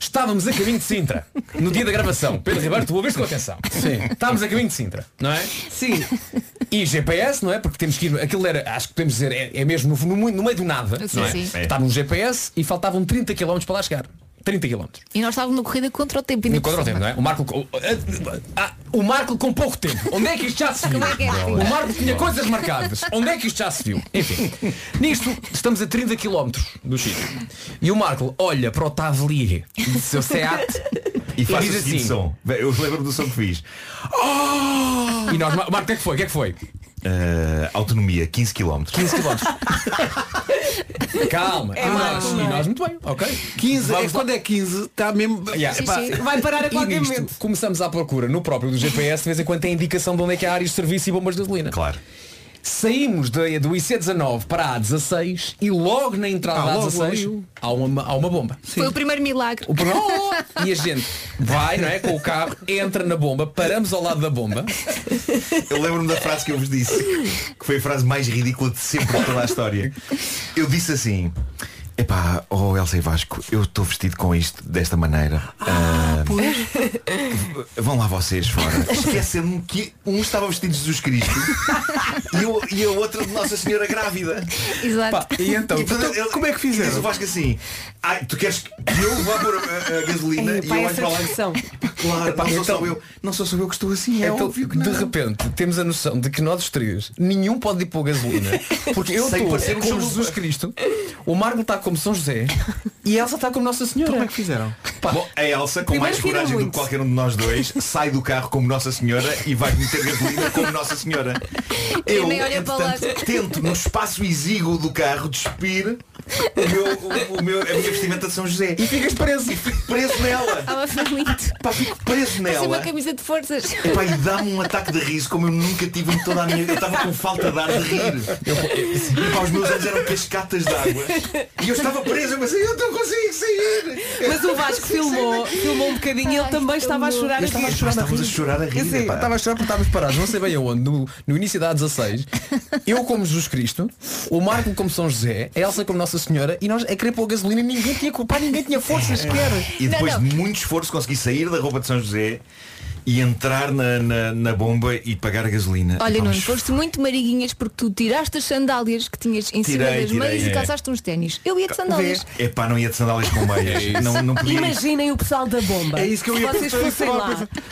S4: estávamos a caminho de Sintra, no dia da gravação. Pedro Ribeiro, tu ouviste com atenção. Sim. Estávamos a caminho de Sintra, não é?
S7: Sim.
S4: E GPS, não é? Porque temos que ir. Aquilo era, acho que podemos dizer, é, é mesmo no, no- no meio do nada.
S3: Sim,
S4: não é?
S3: sim.
S4: Estava no GPS e faltavam 30 km para lá chegar. 30 km.
S3: E nós estávamos numa corrida contra o tempo. ainda
S4: No
S3: por
S4: contra o
S3: cima.
S4: tempo, não é? O Marco, o, ah, o Marco com pouco tempo. Onde é que isto já se viu?
S3: Como é que é assim?
S4: O Marco tinha coisas marcadas. Onde é que isto já se viu? Enfim, nisto estamos a 30 km do sítio. E o Marco olha para o Tavelier do seu Seat
S15: E faz o
S4: diz
S15: seguinte
S4: assim.
S15: som. Eu lembro do som que fiz.
S4: E nós, Marco, o que é que foi? O que é que foi?
S15: Eh, autonomia, 15 km.
S4: 15 km. [LAUGHS] Calma.
S15: É
S4: Ah,
S15: Marco,
S4: e nós muito bem. Ok.
S2: 15, é
S4: Vamos lá.
S2: quando é 15, está mesmo.
S15: é
S2: Epá,
S4: E nisto, Começamos à procura no próprio do GPS, de vez em quando tem indicação de onde é que há áreas de serviço e bombas de gasolina.
S15: Claro.
S4: Saímos da, do IC19 para a A16 e logo na entrada
S3: Ah,
S4: da
S3: logo
S4: A16
S3: ali.
S4: há uma, há uma bomba.
S3: Foi o primeiro milagre.
S4: O [LAUGHS] problema- E a gente vai, não é? Com o carro, entra na bomba, paramos ao lado da bomba.
S15: Eu lembro-me da frase que eu vos disse, que foi a frase mais ridícula de sempre de toda a história. Eu disse assim, epá, oh Elsa e Vasco, eu estou vestido com isto desta maneira. Ah, Vão lá vocês fora. Esquecendo-me que um estava vestido de Jesus Cristo e, o- e a outra de Nossa Senhora grávida.
S3: Exato.
S15: [LAUGHS] Pá,
S3: e então?
S15: portanto, ele-
S3: Como é que fizeram?
S15: e diz o Vasco assim, ai, tu queres que eu vá pôr a, a- a gasolina e
S7: Pá,
S15: eu olho
S7: essa
S15: para lá.
S7: discussão.
S15: [LAUGHS] Claro,
S4: Epá,
S15: não, sou
S4: então-
S15: só eu, não sou só eu que estou assim, é
S4: Então,
S15: óbvio que não.
S4: de repente, temos a noção de que nós os três, nenhum pode ir pôr gasolina.
S15: [LAUGHS]
S4: Porque eu
S15: Sem parecer
S4: estou
S15: um
S4: como
S15: chalupa.
S4: Jesus Cristo, o Marco está como São José e a Elsa está como Nossa Senhora. Como é que fizeram?
S15: Bom, a Elsa, com
S4: Primeiro
S15: mais
S4: riram
S15: coragem do que
S4: muito.
S15: qualquer um de nós dois, sai do carro como Nossa Senhora e vai meter gasolina como Nossa Senhora.
S10: E nem olha para lá.
S15: entretanto, tento, no espaço exíguo do carro, despir o meu, o, o meu, a minha vestimenta de São José. E ficas preso. [LAUGHS] E fico preso nela.
S3: Ah, foi
S4: [LAUGHS]
S3: lindo.
S15: Pá, fico preso
S3: Parece uma
S15: nela.
S3: camisa de forças.
S15: Epá, e dá-me um ataque de riso como eu nunca tive em toda a minha vida. Eu estava com falta de ar de rir. E, pá, os meus olhos eram cascatas de água. E eu estava preso, mas eu não consigo sair. Eu
S7: Mas o
S15: não
S7: Vasco
S15: consigo
S7: filmou,
S15: sair daqui.
S7: filmou um bocadinho e ele também estava a chorar.
S4: Eu estava a chorar,
S15: Estávamos a chorar a rir.
S4: Eu sei,
S15: epá.
S4: estava a chorar porque estávamos parados, não sei bem aonde, no, no início da A16, eu como Jesus Cristo, o Marco como São José, a Elsa como Nossa Senhora e nós a querer pôr gasolina e ninguém tinha culpa, ninguém tinha forças sequer.
S15: E depois de muito esforço consegui sair da roupa de São José e entrar na, na, na bomba e pagar a gasolina.
S3: Olha,
S15: Epá,
S3: Nuno,
S15: mas
S3: foste muito mariguinhas porque tu tiraste as sandálias que tinhas em cima
S15: Tirei,
S3: das
S15: tirei,
S3: meias e
S15: é.
S3: calçaste uns ténis. Eu ia de sandálias.
S15: É pá, não ia de sandálias com
S2: É
S15: meias. não, não podia.
S7: Imaginem o pessoal da bomba.
S15: É isso que eu
S7: Se
S15: ia
S7: vocês
S15: perguntar,
S7: fossem
S15: eu
S7: lá.
S15: estava a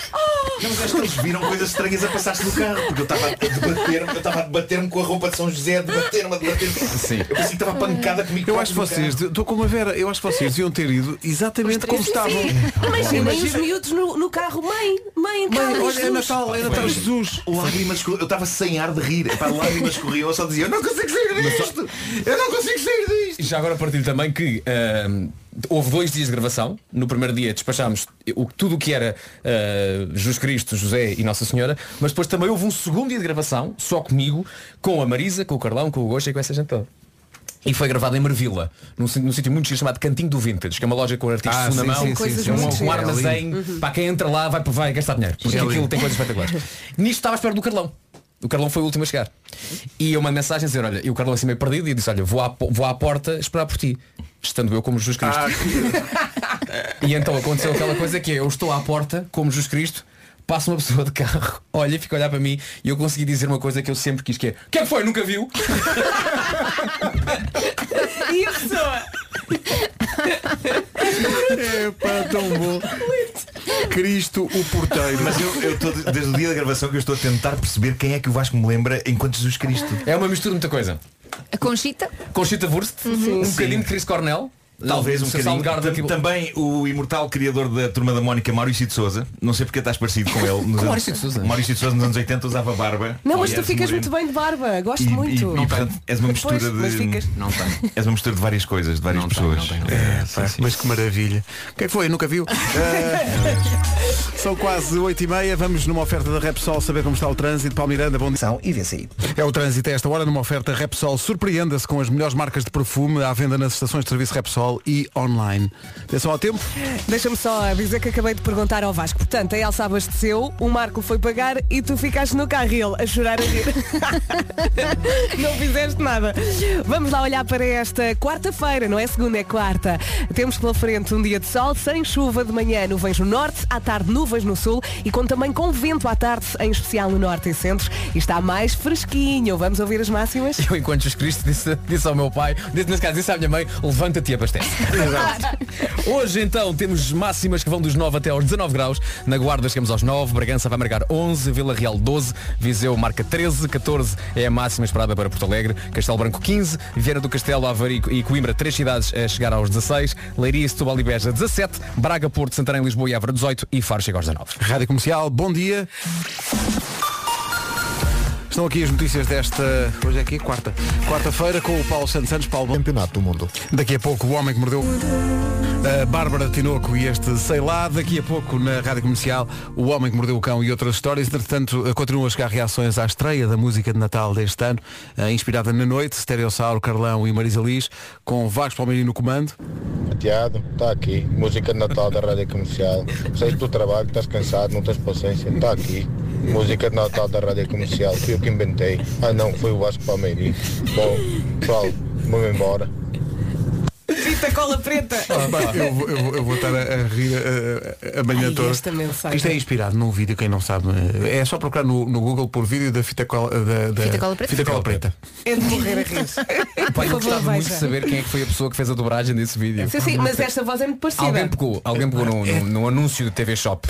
S15: Não, mas acho que eles viram coisas estranhas a passar-se no carro. Porque eu estava a debater-me, eu estava a debater-me com a roupa de São José, a debater-me, a debater-me.
S2: Sim.
S15: Eu pensei que estava pancada comigo.
S2: Eu acho que vocês, estou com uma Vera, eu acho que vocês deviam ter ido exatamente como estavam.
S15: assim. [LAUGHS]
S7: Imaginem os miúdos no, no carro. Mãe, mãe, em casa. Jesus.
S15: Jesus. Lágrimas, eu estava sem ar de rir. Epá, lágrimas corriam, eu só dizia, eu não consigo sair disto! Eu não consigo sair disto!
S4: E já agora partilho também que ahm, houve dois dias de gravação. No primeiro dia despachámos o, tudo o que era ah, Jesus Cristo, José e Nossa Senhora, mas depois também houve um segundo dia de gravação, só comigo, com a Marisa, com o Carlão, com o Gosto e com essa gente toda. E foi gravado em Mervila, num, si- num sítio muito giro chamado Cantinho do Vintage, que é uma loja com artigos
S2: Ah,
S4: de segunda
S2: sim,
S4: mão,
S2: sim, Coisas sim,
S4: um, um
S2: sim. muito giras.
S4: armazém,
S2: Uhum.
S4: para quem entra lá vai, vai gastar dinheiro, porque
S2: É
S4: aquilo
S2: lindo.
S4: tem
S15: [LAUGHS]
S4: coisas espetaculares. Nisto estava à espera do Carlão. O Carlão foi o último a chegar. E eu mando mensagem a dizer, olha, e o Carlão assim meio perdido e eu disse, olha, vou à, po- vou à porta esperar por ti. Estando eu como Jesus
S15: Ah,
S4: Cristo. [LAUGHS] e então aconteceu aquela coisa que é, eu estou à porta como Jesus Cristo, passa uma pessoa de carro, [LAUGHS] olha e fica a olhar para mim e eu consegui dizer uma coisa que eu sempre quis que é, quem foi? Nunca viu?
S10: E a pessoa?
S2: É pá, tão bom. Cristo, o porteiro.
S15: Mas eu eu estou, desde o dia da gravação, que eu estou a tentar perceber quem é que o Vasco me lembra enquanto Jesus Cristo.
S4: É uma mistura de muita coisa.
S3: A Conchita?
S4: Conchita Wurst, um
S15: Uhum. Sim.
S4: bocadinho de Chris Cornell.
S15: Talvez um
S4: Seu
S15: bocadinho.
S4: Salgado
S15: Tam-
S4: aqui-
S15: Também o imortal criador da turma da Mónica, Maurício de Souza. Não sei porque estás parecido com ele. nos anos-
S4: Maurício de Sousa?
S15: Maurício de Sousa nos anos 80 usava barba.
S7: Não, mas
S15: E
S7: tu
S15: és
S7: ficas
S15: moreno.
S7: muito bem de barba. Gosto
S15: E- e-
S7: muito.
S15: E, portanto, és uma mistura
S7: Pois, mas
S15: de.
S7: ficas.
S15: Não tem. [LAUGHS] És uma mistura de várias coisas, de várias pessoas. É, sim, sim.
S2: Mas que maravilha. Quem foi? Nunca
S7: [LAUGHS]
S2: viu? Ah, são quase 8 e meia. Vamos numa oferta da Repsol saber como está o trânsito. Paulo Miranda, bom dia.
S6: E VCI.
S2: É o trânsito a esta hora numa oferta Repsol. Surpreenda-se com as melhores marcas de perfume à venda nas estações de serviço Repsol e online. Atenção ao tempo.
S7: Deixa-me só dizer que acabei de perguntar ao Vasco. Portanto, a Elsa abasteceu, o Marco foi pagar e tu ficaste no carro e ele a chorar a rir. [LAUGHS] não fizeste nada. Vamos lá olhar para esta quarta-feira, não é segunda, é quarta. Temos pela frente um dia de sol, sem chuva de manhã, nuvens no norte, à tarde nuvens no sul e com também com vento à tarde, em especial no norte e centro. E está mais fresquinho. Vamos ouvir as [LAUGHS] máximas?
S4: [LAUGHS] Eu, enquanto Jesus Cristo, disse, disse ao meu pai, disse, nesse caso, disse à minha mãe, levanta-te e abastece. Hoje, então, temos máximas que vão dos 9 até aos 19 graus. Na Guarda chegamos aos 9, Bragança vai marcar 11, Vila Real 12, Viseu marca 13, 14 é a máxima esperada para Porto Alegre, Castelo Branco 15, Vieira do Castelo, Aveiro e Coimbra, três cidades a chegar aos 16, Leiria, Setúbal e Beja 17, Braga, Porto, Santarém, Lisboa e Évora 18 e Faro chega aos 19.
S2: Rádio Comercial, bom dia. Estão aqui as notícias desta. Hoje é aqui, quarta. Quarta-feira com o Paulo Santos Santos, Paulo. Campeonato do Mundo. Daqui a pouco o homem que mordeu. A Bárbara Tinoco e este Sei Lá, daqui a pouco na Rádio Comercial, O Homem que Mordeu o Cão e outras histórias. Entretanto, eh, continuam a chegar reações à estreia da música de Natal deste ano, eh, inspirada na noite, Stereossauro, Carlão e Marisa Liz, com Vasco Palmeirinho no comando.
S17: Tiago, está aqui, música de Natal da Rádio Comercial. Sais do trabalho, estás cansado, não tens paciência, está aqui. Música de Natal da Rádio Comercial, fui eu que inventei. Ah não, foi o Vasco Palmeirinho. Bom, pessoal, vamos embora.
S10: preta, cola preta.
S2: Pá, eu, vou- eu vou- eu vou estar a, a rir a- a, a manhã
S7: Ai,
S2: toda.
S7: esta mensagem.
S2: Isto é inspirado num vídeo, quem não sabe. É só procurar no, no Google por vídeo da fita cola, eh, da, da-
S3: Fita cola preta?
S2: fita cola preta.
S7: É de morrer a rir.
S4: Pá, eu
S7: Por favor,
S4: gostava muito de
S7: veja.
S4: saber quem é que foi a pessoa que fez a dobragem desse vídeo.
S7: Sim, sim, mas esta voz é muito parecida.
S4: Alguém pegou, alguém pegou no, no- no anúncio do TV Shop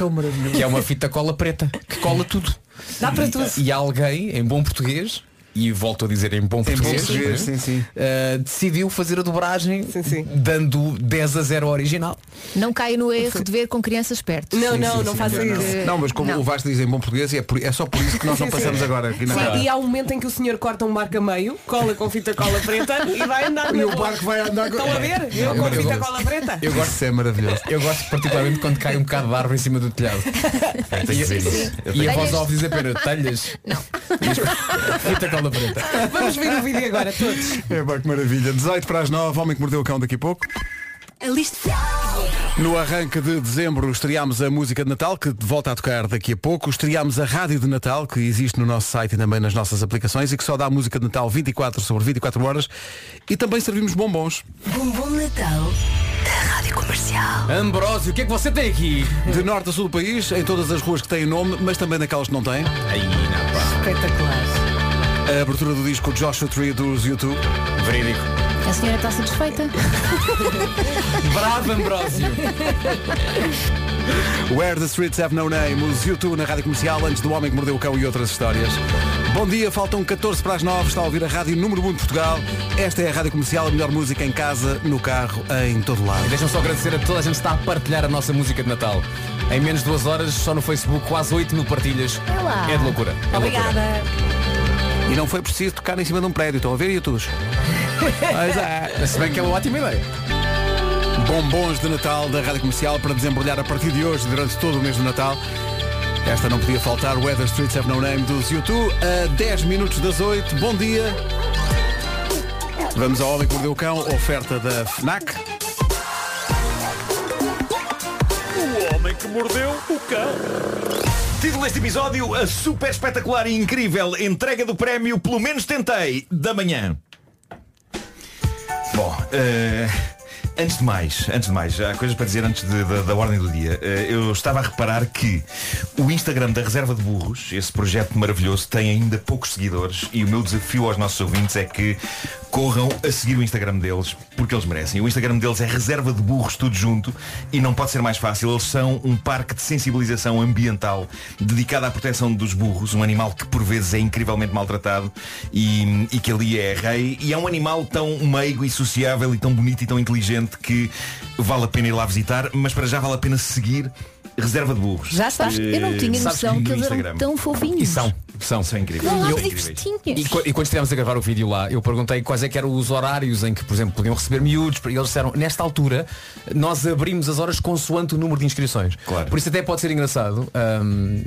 S4: que é uma fita cola preta que cola tudo.
S7: Dá para
S4: E-
S7: tudo.
S4: E alguém, em bom português, e volto a dizer em bom português,
S2: português,
S4: né? Uh, decidiu fazer a dobragem dando 10 a 0 ao original.
S3: Não caia no erro de ver com crianças perto.
S7: Não,
S2: Sim, sim, sim, não. Não, mas como o Vasco diz em bom português, é, por- é só por isso
S7: [LAUGHS]
S2: que nós não
S7: Sim, sim.
S2: passamos agora aqui na
S7: Sim,
S2: rádio.
S7: e há um momento em que o senhor corta um barco a meio, cola com fita cola preta e vai andar.
S2: E
S7: na
S2: o
S7: boa.
S2: barco vai andar com-
S7: Estão a ver? Eu
S4: Não,
S7: com
S4: mas eu
S7: fita
S4: gosto.
S7: cola preta.
S4: Eu gosto,
S2: isso é maravilhoso.
S4: Eu gosto particularmente quando cai um bocado de árvore em cima do telhado.
S15: [LAUGHS] Eu tenho que ver isso. Eu
S4: E
S15: tenho
S4: a
S15: que-
S4: voz off diz apenas telhas. Não. Fita cola preta.
S15: [LAUGHS]
S7: Vamos ver o vídeo agora, todos.
S2: É pá, que maravilha. 18 para as 9, homem que mordeu o cão daqui a pouco.
S10: A lista.
S2: No arranque de dezembro estreámos a música de Natal, que volta a tocar daqui a pouco. Estreámos a rádio de Natal, que existe no nosso site e também nas nossas aplicações e que só dá música de Natal 24 sobre 24 horas. E também servimos bombons.
S10: Bumbum Natal da Rádio Comercial.
S4: Ambrósio, o que é que você tem aqui?
S2: De norte a sul do país, em todas as ruas que têm nome, mas também naquelas que não têm.
S7: Espetacular.
S2: A abertura do disco Joshua Tree dos YouTube.
S4: Verídico.
S3: A senhora está satisfeita?
S4: Bravo, Ambrósio.
S2: Where the Streets Have No Name, os YouTube na Rádio Comercial, antes do Homem que Mordeu o Cão e outras histórias. Bom dia, faltam 14 para as 9, está a ouvir a Rádio Número 1 de Portugal. Esta é a Rádio Comercial, a melhor música em casa, no carro, em todo lado.
S4: Deixa-me só agradecer a toda a gente que está a partilhar a nossa música de Natal. Em menos de duas horas, só no Facebook, quase 8 mil partilhas.
S3: É lá.
S4: É de loucura. É loucura.
S3: Obrigada.
S2: E não foi preciso tocar em cima de um prédio, estão a ver,
S3: [LAUGHS]
S2: YouTubes? Mas é,
S4: se bem que é uma ótima ideia.
S2: Bombons de Natal da Rádio Comercial para desembrulhar a partir de hoje, durante todo o mês do Natal. Esta não podia faltar, Weather Streets Have No Name Ah, dos YouTube, a 10 minutos das 8. Bom dia. Vamos ao Homem que Mordeu o Cão, oferta da FNAC.
S18: O homem que mordeu o cão.
S15: Título deste episódio, a super espetacular e incrível entrega do prémio Pelo Menos Tentei, da manhã. Bom, eh, antes de mais, antes de mais, há coisas para dizer antes de- da- da ordem do dia. Eh, eu estava a reparar que o Instagram da Reserva de Burros, esse projeto maravilhoso, tem ainda poucos seguidores e o meu desafio aos nossos ouvintes é que corram a seguir o Instagram deles, porque eles merecem. O Instagram deles é Reserva de Burros, tudo junto, e não pode ser mais fácil. Eles são um parque de sensibilização ambiental dedicado à proteção dos burros, um animal que por vezes é incrivelmente maltratado e, e que ali é rei. E é um animal tão meigo e sociável e tão bonito e tão inteligente que vale a pena ir lá visitar, mas para já vale a pena seguir Reserva de Burros.
S3: Já sabes, eu não
S15: Eh,
S3: tinha
S15: sabes
S3: noção
S15: no
S3: que eles eram
S15: Instagram.
S3: tão fofinhos.
S4: São. São incríveis.
S3: Não há
S4: E eu-
S3: festinhas.
S4: E, qu- e quando estivemos a gravar o vídeo lá, eu perguntei quais é que eram os horários em que, por exemplo, podiam receber miúdos. E eles disseram, nesta altura, nós abrimos as horas consoante o número de inscrições. Por isso até pode ser engraçado hum,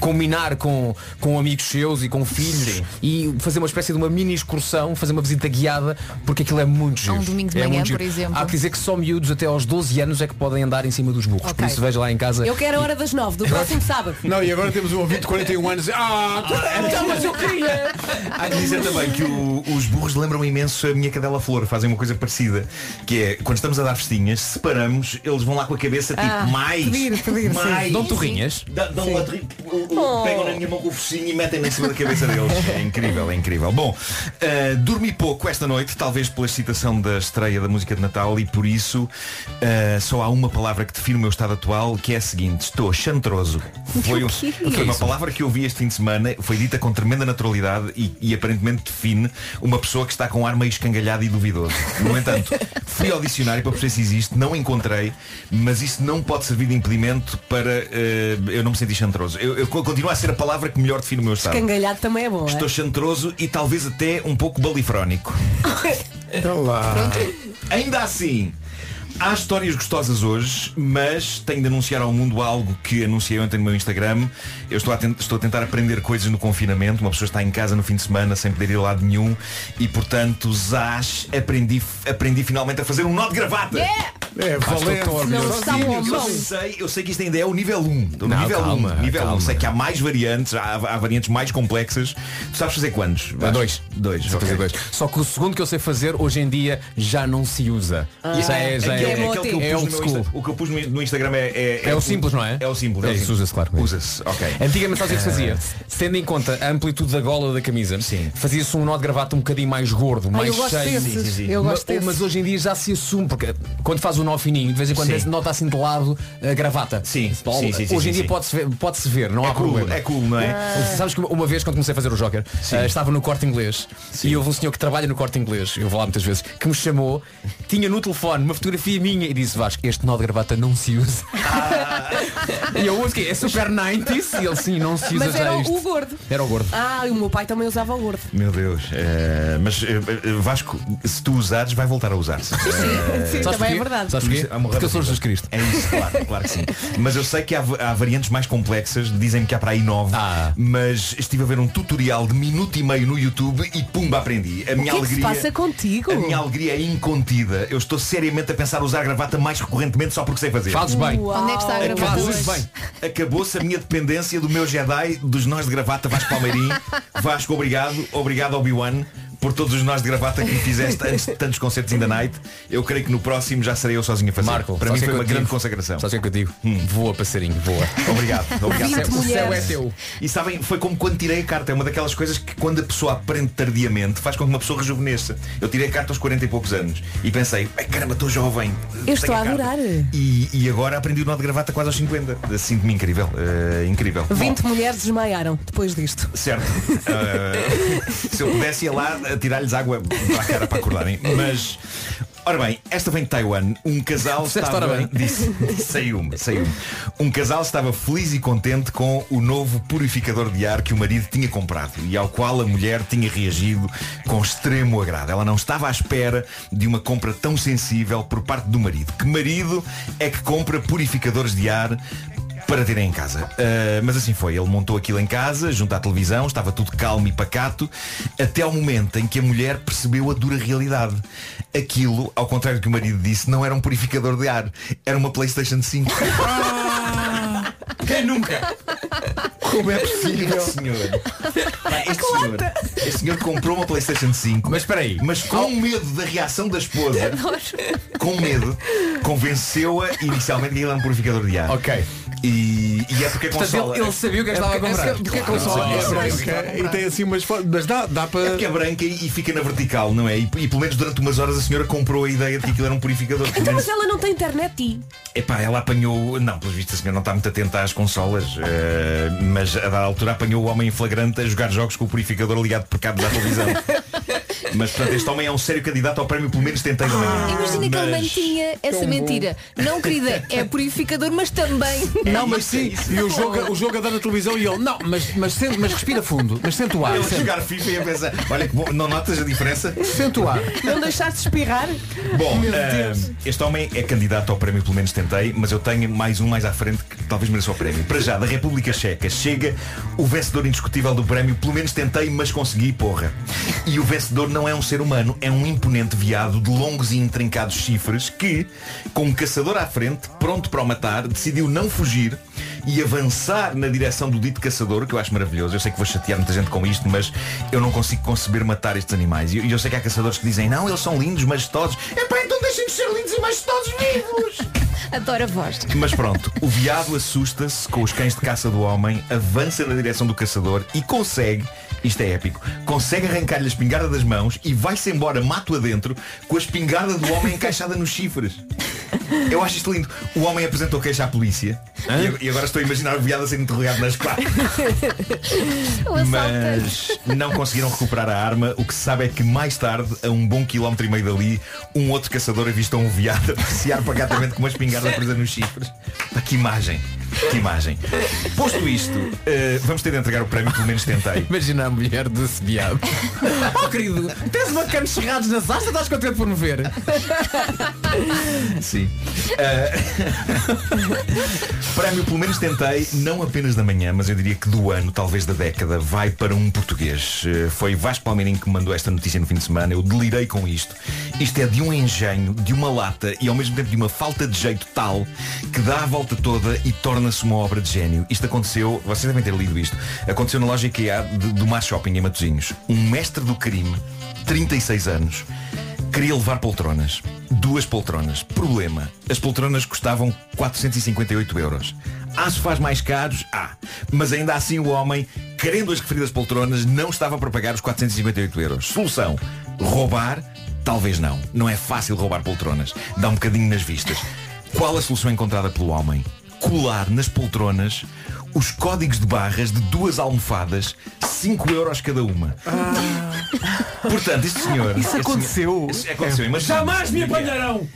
S4: combinar com, com amigos seus e com filhos e fazer uma espécie de uma mini excursão, fazer uma visita guiada, porque aquilo é muito giro. É
S3: um domingo de manhã,
S4: muito giro.
S3: por exemplo.
S4: Há que dizer que só miúdos até aos 12 anos é que podem andar em cima dos burros.
S7: Ok.
S4: Por isso veja lá em casa.
S7: Eu quero a hora das nove, do próximo sábado.
S2: Não, e agora temos um ouvinte de 41 anos. Ah,
S7: então, mas eu queria.
S15: Há que dizer também que o- os burros lembram imenso a minha cadela flor, fazem uma coisa parecida, que é quando estamos a dar festinhas, separamos, eles vão lá com a cabeça tipo
S10: Ah,
S15: mais,
S10: pedir, pedir,
S15: mais,
S4: um
S10: sim. Dão
S3: um
S4: torrinhas?
S15: Dá- Dão uma torrinha, pegam na minha mão com o focinho e metem na cima da cabeça deles.
S3: Oh.
S15: É incrível, é incrível. Bom, uh, dormi pouco esta noite, talvez pela excitação da estreia da música de Natal e por isso uh, só há uma palavra que define o meu estado atual, que é a seguinte,
S3: [LAUGHS]
S15: estou chantroso. Foi, um-
S10: O
S3: é
S10: quê?
S15: foi uma palavra que eu vi este fim de semana, foi dita com tremenda naturalidade e, e aparentemente define uma pessoa que está com um ar meio escangalhado e duvidoso. No entanto, fui ao dicionário para perceber se existe, não encontrei, mas isso não pode servir de impedimento para eh, eu não me sentir chantroso. Eu, eu continuo a ser a palavra que melhor define o meu estado.
S7: Cangalhado também é bom,
S15: Estou
S7: é?
S15: chantroso e talvez até um pouco balifrónico. Ainda assim, há histórias gostosas hoje, mas tenho de anunciar ao mundo algo que anunciei ontem no meu Instagram. Eu estou a, ten- estou a tentar aprender coisas no confinamento. Uma pessoa está em casa no fim de semana sem poder ir a lado nenhum e, portanto, zás, aprendi, aprendi finalmente a fazer um nó de gravata.
S2: É,
S15: Pá, estou
S2: valente.
S15: tão orgulhoso.
S2: Não está bom,
S15: eu,
S2: não.
S15: sei, eu sei que isto ainda é o nível 1. do
S4: Não,
S15: nível
S4: calma,
S15: 1. Nível
S4: calma.
S15: 1. Sei que há mais variantes, há, há variantes mais complexas. Tu sabes fazer quantos? Vasco?
S4: dois.
S15: Dois.
S4: Sei fazer
S15: ok.
S4: dois. Só que o segundo que eu sei fazer hoje em dia já não se usa.
S15: Ah.
S4: já é, já é,
S15: Aquele- aquele que eu pus
S4: é
S15: no
S4: old
S15: meu
S4: school.
S15: Insta- O que eu pus no no Instagram é.
S4: É o simples, não é?
S15: É o simples.
S4: É
S15: o
S4: isso, É
S15: simples.
S4: usa-se, claro.
S15: Usa-se, ok.
S4: Antigamente sabes o que se fazia?
S15: Ah.
S4: Tendo em conta a amplitude da gola da camisa, fazia-se um nó de gravata um bocadinho mais
S15: Ah,
S4: gordo, mais
S7: eu gosto
S4: cheio.
S7: desses. Sim, sim, sim. Eu
S4: Ma-
S7: gosto
S4: mas,
S7: desses.
S4: hoje em dia já se assume, porque quando faz o nó fininho, de vez em quando
S15: Sim.
S4: esse nó está assim de lado a gravata. Sim.
S15: sim, sim, sim,
S4: hoje em
S15: sim.
S4: dia pode-se ver, pode-se ver, não há
S15: cool,
S4: problema.
S15: é cool, não é? Ah.
S4: Sabes que uma- uma vez quando comecei a fazer o Joker, eh, estava no corte inglês e houve um senhor que trabalha no corte inglês, eu vou lá muitas vezes, que me chamou, tinha no telefone uma fotografia minha e disse, Vasco, este nó de gravata não se usa.
S15: Ah.
S4: E eu uso que é super 90s e ele sim, não se usa
S7: Mas era
S4: já é isto.
S7: o gordo.
S4: Era o gordo.
S7: Ah, e o meu pai também usava o gordo.
S15: Meu Deus. eh, mas eh, eh, Vasco, se tu usares, vai voltar a usar-se. Sim,
S7: sim, Sabes também é porquê? verdade. Sabes porquê?
S4: Porque eu sou Jesus Cristo.
S15: É isso, claro, claro que sim. Mas eu sei que há, há variantes mais complexas, dizem-me que há para aí nove,
S4: Ah.
S15: mas estive a ver um tutorial de minuto e meio no YouTube e pumba, aprendi. A
S7: o
S15: minha
S7: que é que se
S15: alegria.
S7: passa contigo?
S15: A minha alegria é incontida. Eu estou seriamente a pensar usar gravata mais recorrentemente só porque sei fazer.
S4: Fazes bem.
S7: Uau. Onde é que está a gravata
S15: Acabou-se-
S7: hoje?
S15: Acabou-se a minha dependência do meu Jedi, dos nós de gravata Vasco Palmeirim. Vasco, obrigado. Obrigado, Obi-Wan, por todos os nós de gravata que me fizeste antes de tantos concertos in the night. Eu creio que no próximo já serei eu sozinho a fazer.
S4: Marco,
S15: Para mim foi uma grande consagração. Hum.
S4: Só o que é que eu digo? Voa, passarinho, voa.
S15: Obrigado, obrigado.
S4: Vinte
S15: O céu
S4: mulheres.
S15: é teu. E sabem, foi como quando tirei a carta. É uma daquelas coisas que quando a pessoa aprende tardiamente faz com que uma pessoa rejuvenesça. Eu tirei a carta aos 40 e poucos anos e pensei, "Ai, caramba, estou jovem.
S7: Eu
S15: Tenho
S7: estou a
S15: carta."
S7: adorar.
S15: E, e agora aprendi o nó de gravata quase aos 50. Sinto-me incrível. eh, incrível. Bom,
S7: 20 mulheres desmaiaram depois disto.
S15: Certo. Eh, se eu pudesse ia lá a tirar-lhes água para a cara para acordarem. Mas. Ora bem, esta vem de Taiwan. Um casal
S4: Disseste,
S15: estava.
S4: ora bem.
S15: Disse, saiu-me, saiu-me. Um casal estava feliz e contente com o novo purificador de ar que o marido tinha comprado e ao qual a mulher tinha reagido com extremo agrado. Ela não estava à espera de uma compra tão sensível por parte do marido. Que marido é que compra purificadores de ar para terem em casa. Ah, mas assim foi. Ele montou aquilo em casa, junto à televisão, estava tudo calmo e pacato, até ao momento em que a mulher percebeu a dura realidade. Aquilo, ao contrário do que o marido disse, não era um purificador de ar, era uma Playstation [LAUGHS] 5. Ah! Quem nunca? Como é possível, senhor? Pá, Este senhor, este senhor comprou uma Playstation 5.
S4: Mas espera aí.
S15: Mas com medo da reação da esposa, com medo, convenceu-a inicialmente que ele era um purificador de ar.
S4: Ok.
S15: E, e é porque a
S4: Portanto,
S15: consola.
S4: ele- ele sabia o que é que estava a comprar.
S15: Porque a
S4: Claro,
S15: consola
S4: ele
S15: é
S4: sabia o que é que
S15: branca
S2: E tem assim umas fotos. Mas dá, dá para.
S15: É
S4: [LAUGHS]
S15: porque é branca e, e fica na vertical, não é? E, e pelo menos durante umas horas a senhora comprou a ideia de que aquilo era um purificador. Pelo
S7: Então,
S15: menos-
S7: mas ela não tem internet e.
S15: Epá, ela apanhou. Não, pelos vistos a senhora não está muito atenta às consolas, eh, mas a dada altura apanhou o homem em flagrante a jogar jogos com o purificador ligado por cabo
S3: [LAUGHS]
S15: da televisão. mas portanto este homem é um sério candidato ao prémio, pelo menos tentei da manhã.
S3: Ah, Imagina que ele
S15: Mas-
S3: mantinha essa
S15: Tão
S3: mentira. Não, querida,
S15: [LAUGHS]
S3: é purificador, mas também.
S2: Não, mas sim, e
S4: é
S2: o jogo, o jogo a dar na televisão e ele, não, mas, mas, sente- mas respira fundo, mas sente o ar.
S15: Eu a
S2: sente.
S15: jogar FIFA e a pensar, olha que bom, não notas a diferença?
S2: Sente o ar.
S7: Não deixaste de espirrar?
S15: Bom,
S7: Meu
S15: ah,
S7: Deus.
S15: este homem é candidato ao prémio, pelo menos tentei, mas eu tenho mais um mais à frente que talvez mereça o prémio. Para já, da República Checa, chega o vencedor indiscutível do prémio, pelo menos tentei, mas consegui, porra. E o vencedor não é um ser humano, é um imponente viado de longos e intrincados chifres que, com um caçador à frente, pronto para o matar, decidiu não fugir e avançar na direção do dito caçador, que eu acho maravilhoso. Eu sei que vou chatear muita gente com isto, mas eu não consigo conceber matar estes animais. E eu, e eu sei que há caçadores que dizem, não, eles são lindos, majestosos. Epá, então deixem de ser lindos e majestosos vivos.
S3: Adoro a voz.
S15: Mas pronto, o viado assusta-se com os cães de caça do homem, avança na direção do caçador e consegue, isto é épico, consegue arrancar-lhe a espingarda das mãos e vai-se embora mato adentro com a espingarda do homem encaixada nos chifres. Eu acho isto lindo. O homem apresentou queixa à polícia e ag- e agora estou a imaginar o viado a ser interrogado nas quatro. Mas não conseguiram recuperar a arma. O que se sabe é que mais tarde, a um bom quilómetro e meio dali, um outro caçador avistou um viado a passear pacatamente com uma espingarda presa nos chifres. Pá, Que imagem. Que imagem. Posto isto, eh, vamos ter de entregar o prémio, pelo menos tentei.
S4: Imagina a mulher do sediado. [LAUGHS] oh querido, tens uma cano cerrados nas asas, estás contente por me ver?
S15: Sim. Ah, [LAUGHS] prémio, pelo menos tentei, não apenas da manhã, mas eu diria que do ano, talvez da década, vai para um português. Eh, Foi Vasco Palmeirinho que me mandou esta notícia no fim de semana. Eu delirei com isto. Isto é de um engenho, de uma lata e ao mesmo tempo de uma falta de jeito tal que dá a volta toda e torna-se uma obra de gênio. Isto aconteceu, vocês devem ter lido isto, aconteceu na loja IKEA de- do Mar Shopping em Matosinhos. Um mestre do crime, 36 anos, Queria levar poltronas. Duas poltronas. Problema. As poltronas custavam 458 euros. Há sofás mais caros? Há. Mas ainda assim o homem, querendo as referidas poltronas, não estava para pagar os 458 euros. Solução. Roubar? Talvez não. Não é fácil roubar poltronas. Dá um bocadinho nas vistas. Qual a solução encontrada pelo homem? Colar nas poltronas os códigos de barras de duas almofadas, 5 euros cada uma. Portanto, este senhor.
S4: Isso é
S15: este
S4: aconteceu?
S15: senhor- Isso aconteceu, imagina.
S18: Jamais me apanharão!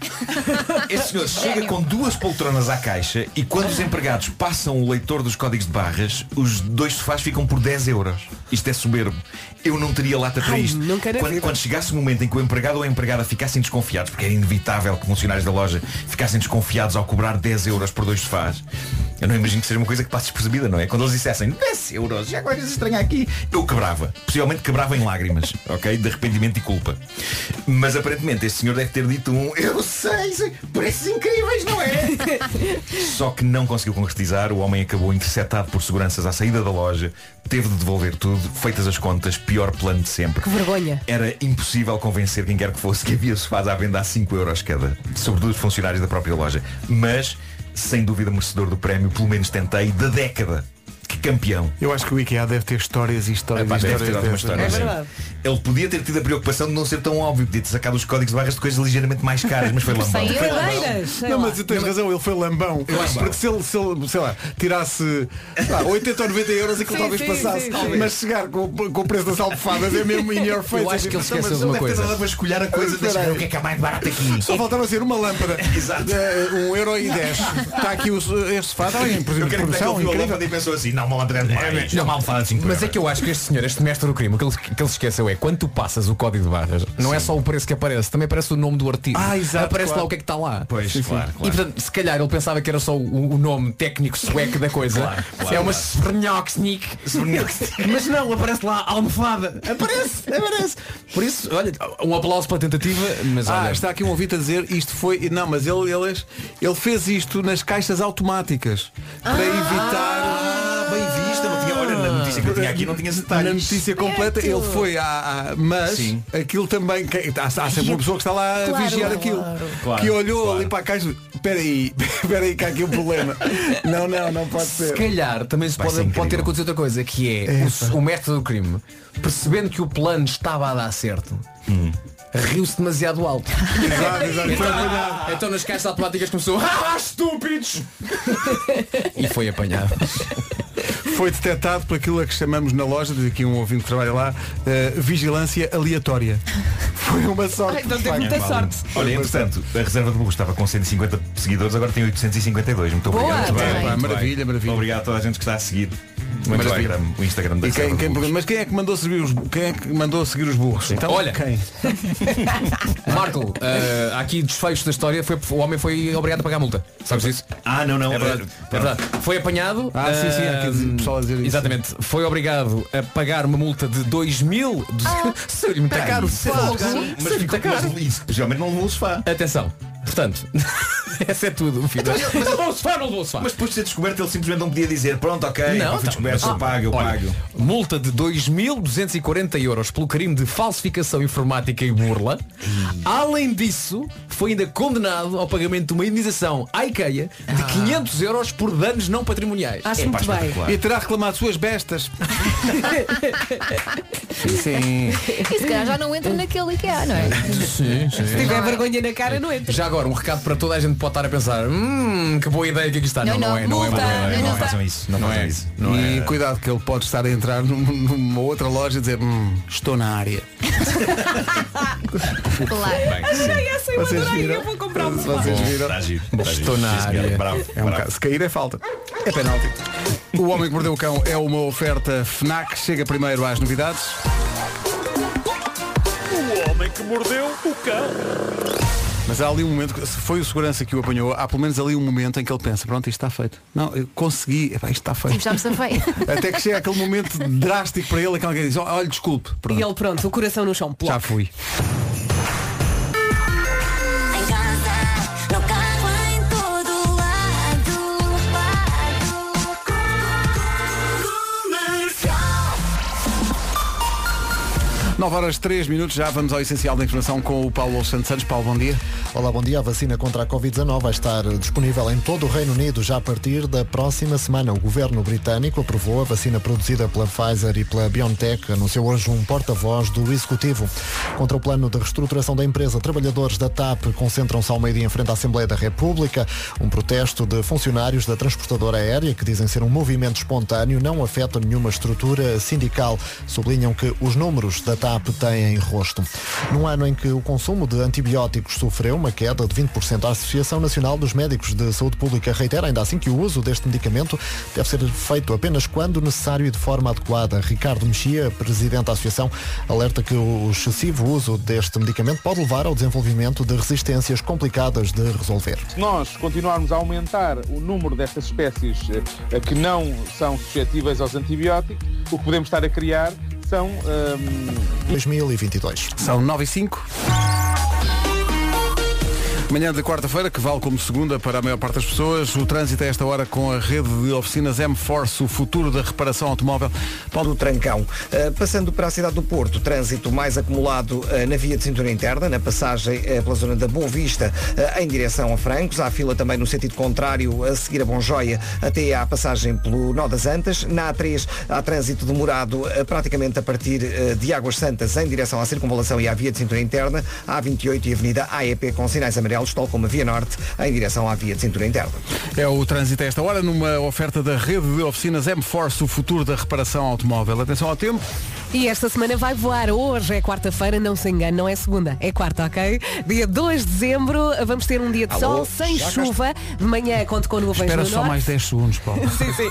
S15: Este senhor chega com duas poltronas à caixa e quando os empregados passam o leitor dos códigos de barras, os dois sofás ficam por 10 euros. Isto é soberbo. Eu não teria lata para
S7: Ai,
S15: isto.
S7: não quero
S15: Quando,
S7: ver.
S15: quando chegasse o momento em que o empregado ou a empregada ficassem desconfiados, porque era inevitável que funcionários da loja ficassem desconfiados ao cobrar 10 euros por dois sofás, eu não imagino que seja uma coisa que passe despercebida, não é? Quando eles dissessem 10 euros, já agora isso estranha aqui, eu quebrava. Possivelmente quebrava em lágrimas, ok? De arrependimento e culpa. Mas aparentemente este senhor deve ter dito um eu sei, sei, preços incríveis, não é? Só que não conseguiu concretizar, o homem acabou interceptado por seguranças à saída da loja, teve de devolver tudo, feitas as contas, pior plano de sempre.
S7: Que vergonha.
S15: Era impossível convencer quem quer que fosse que havia sofás à venda a 5 euros cada, sobretudo os funcionários da própria loja. Mas, sem dúvida, merecedor do prémio, pelo menos tentei, da década. Que campeão.
S2: Eu acho que o IKEA deve ter histórias e histórias
S15: Epá,
S2: e
S15: deve
S2: histórias.
S15: ter alguma
S2: dessas.
S15: história,
S7: É
S15: sim. Ele podia ter tido a preocupação de não ser tão Um óbvio, podia ter sacado os códigos de barras de coisas ligeiramente mais caras, mas foi lambão.
S7: Sem
S15: Foi lambão.
S7: herdeiras. sei
S2: Não,
S7: lá.
S2: mas tu tens razão, ele foi lambão.
S15: Foi lambão.
S2: Porque se ele, se ele, sei lá, tirasse ah, 80 ou 90 euros e que
S7: Sim,
S2: talvez
S7: sim,
S2: passasse.
S7: sim, sim.
S2: Mas chegar com, com o preço das almofadas é mesmo in your face.
S4: Eu acho que ele
S2: Então, mas
S4: esqueceu de
S2: ele
S4: uma
S2: deve ter
S4: coisa.
S2: dado a vasculhar a coisa,
S15: Espera
S2: deixa
S15: aí.
S2: eu ver
S15: O que é que há mais barato aqui?
S2: Só faltava ser uma lâmpada.
S15: Exato.
S2: De, um euro e dez. Está aqui o, este sofá, está em
S15: Eu quero que tenha
S2: produção,
S15: ouvido a
S2: incrível.
S15: lâmpada e pensou assim, não, uma lâmpada é demais.
S4: Não.
S15: Uma almofada de 5
S4: Mas é que eu acho que este senhor, este mestre do crime, o que ele, que ele se esqueceu é quando tu passas o código de barras, não é só o preço que aparece, também aparece o nome do artista.
S2: Ah, exato,
S4: aparece
S2: claro.
S4: lá o que é que está lá.
S15: Pois, claro,
S4: E
S15: claro.
S4: portanto, se calhar ele pensava que era só o, o nome técnico sueco da coisa.
S15: Claro, claro,
S4: é uma
S15: claro.
S4: Svernjoksnik.
S15: Svernjoksnik.
S4: Mas não, aparece lá almofada. Aparece, aparece. Por isso, olha, um aplauso pela tentativa, mas
S2: ah,
S4: olha.
S2: está aqui um ouvinte a dizer isto foi. Não, mas ele, ele, ele fez isto nas caixas automáticas
S7: Ah.
S2: para evitar.
S15: Ah, bem vista, não tinha, olha, na notícia que eu tinha aqui não tinha
S2: Na
S15: detalhes.
S2: notícia completa ele foi à, à- mas
S15: Sim.
S2: aquilo também que- há, há sempre uma pessoa que está lá a
S3: Claro,
S2: vigiar aquilo
S15: claro.
S2: que olhou
S15: Claro.
S2: ali para a caixa espera [LAUGHS] aí espera aí que há aqui
S15: [LAUGHS]
S2: um problema não não não pode
S4: Se
S2: ser
S4: calhar também se
S15: Vai
S4: pode,
S15: ser incrível.
S4: pode ter acontecido outra coisa, que é, o- o, mestre do crime, percebendo que o plano estava a dar certo, riu-se demasiado alto.
S2: [LAUGHS] Exato, exato, foi apanhado.
S4: então nas caixas automáticas começou "Ah, estúpidos! e foi apanhado.
S2: foi detectado por aquilo a que chamamos na loja diz aqui um ouvinte que trabalha lá eh, vigilância aleatória [LAUGHS] foi uma
S7: então
S2: sorte de facto.
S15: Vale.
S6: É,
S15: Olha, entretanto,
S2: é.
S15: a reserva de burro estava com 150 seguidores, agora tem 852. Muito
S7: Boa,
S15: obrigado. Muito
S7: bem.
S15: muito
S2: Pá, maravilha, maravilha.
S15: Obrigado a toda a gente que está a seguir o
S2: Maravilha.
S15: Instagram, o Instagram da
S2: E
S15: reserva
S2: quem,
S15: de
S2: quem
S15: burros.
S2: pergunta, mas quem é que mandou seguir os, quem é que mandou seguir os burros? Então,
S4: Olha.
S2: quem?
S4: Marco, eh, há aqui desfecho da história, foi, o homem foi obrigado a pagar a multa. Sabes isso?
S15: Ah, não, não.
S4: É verdade,
S15: Pronto.
S4: é verdade. Foi apanhado.
S2: Ah, sim, sim, há aqui
S4: ahm,
S2: pessoal a dizer isso.
S4: Exatamente. Foi obrigado a pagar uma multa de 2 mil. [LAUGHS] Seria muito caro.
S2: é
S4: Fogo.
S15: Mas
S4: Seria
S15: ficou
S4: muito
S15: mas
S4: caro.
S15: isso, geralmente não levou o sofá.
S4: Atenção. Portanto, [LAUGHS] essa é tudo. Filho.
S2: Então,
S4: Não vou sofá, não vou sofá.
S15: Mas depois de ser descoberto ele simplesmente não podia dizer, pronto, ok,
S4: Não,
S15: fui
S4: tá-
S15: descoberto, eu pago, eu
S4: Olha,
S15: pago.
S4: multa de 2.240 euros pelo crime de falsificação informática e burla. Além disso, foi ainda condenado ao pagamento de uma indenização à IKEA
S15: Ah.
S4: de 500 euros por danos não patrimoniais.
S7: Acho
S15: É pá,
S7: muito bem.
S15: espetacular.
S2: E terá reclamado suas bestas. sim, sim.
S3: E se calhar já não entra naquele IKEA,
S15: [LAUGHS]
S3: não é?
S4: Sim, sim.
S7: Se tiver vergonha na cara, não entra.
S4: Já agora, um recado para toda a gente que pode estar a pensar Hum, que boa ideia que aqui está
S3: Não,
S4: Não, não,
S3: não,
S4: é, não é,
S3: multa.
S4: boa
S15: Não,
S4: ideia.
S15: não,
S3: não tá-
S15: façam isso, não,
S4: Não
S15: façam
S4: é.
S15: isso.
S2: e cuidado que ele pode estar a entrar num- numa outra loja e dizer "Hum, estou na área.
S3: Claro.
S15: Bem, sim.
S7: Essa
S2: é-
S7: eu adorei, eu vou comprar um
S2: Vocês
S15: Bom,
S2: viram?
S15: está giro, está
S4: Estou
S15: giro.
S4: na
S15: Sim, senhor.
S4: área.
S15: Bravo,
S2: É um
S15: bravo.
S2: caso. Se cair é falta. É penalti. O Homem que Mordeu o Cão é uma oferta FNAC. Chega primeiro às novidades.
S18: O homem que mordeu o cão.
S2: Mas há ali um momento, que- se foi o segurança que o apanhou, há pelo menos ali um momento em que ele pensa, pronto, isto está feito. Não, eu consegui, Epá, isto está feito.
S3: tipo, Já me safei.
S2: Até que chega aquele momento drástico para ele, em que alguém diz, "Ó, olha, desculpe,
S7: E ele pronto, o coração no chão.
S2: já fui.
S10: Em casa, no carro, em todo lado. Comercial.
S2: 9 horas 3 minutos, já vamos ao essencial da informação com o Paulo Santos Santos. Paulo, bom dia.
S19: Olá, bom dia. A vacina contra a Covid-19 vai estar disponível em todo o Reino Unido já a partir da próxima semana. O governo britânico aprovou a vacina produzida pela Pfizer e pela BioNTech, anunciou hoje um porta-voz do Executivo. Contra o plano de reestruturação da empresa, trabalhadores da TAP concentram-se ao meio-dia em frente à Assembleia da República. Um protesto de funcionários da transportadora aérea, que dizem ser um movimento espontâneo, não afeta nenhuma estrutura sindical. Sublinham que os números da TAP têm rosto. Num ano em que o consumo de antibióticos sofreu uma queda de 20%, a Associação Nacional dos Médicos de Saúde Pública reitera ainda assim que o uso deste medicamento deve ser feito apenas quando necessário e de forma adequada. Ricardo Mexia, presidente da associação, alerta que o excessivo uso deste medicamento pode levar ao desenvolvimento de resistências complicadas de resolver.
S20: Se nós continuarmos a aumentar o número destas espécies eh, que não são suscetíveis aos antibióticos, o que podemos estar a criar são ehm,
S19: 2022.
S2: São 9 e 5. Manhã de quarta-feira, que vale como segunda para a maior parte das pessoas, o trânsito a esta hora com a rede de oficinas M-Force, o futuro da reparação automóvel.
S6: Paulo do Trancão. Uh, passando para a cidade do Porto, trânsito mais acumulado uh, na via de cintura interna, na passagem uh, pela zona da Boa Vista uh, em direção a Francos. Há fila também no sentido contrário, a seguir a Bonjoia, até à passagem pelo Nó das Antas. Na A3 há trânsito demorado uh, praticamente a partir uh, de Águas Santas em direção à circunvalação e à via de cintura interna. A 28 e a Avenida AEP com sinais amarelos, tal como a Via Norte em direção à via de cintura interna.
S2: É o trânsito a esta hora numa oferta da rede de oficinas M-Force, o futuro da reparação automóvel. Atenção ao tempo.
S7: E esta semana vai voar. Hoje é quarta-feira, não se engane, não é segunda, é quarta, ok? Dia 2 de dezembro, vamos ter um dia de
S2: Alô,
S7: sol, sem
S2: já cá
S7: chuva. De manhã conto com nuvens
S2: Espera
S7: no
S2: só
S7: norte.
S2: mais 10 segundos, Paulo.
S7: Sim, sim.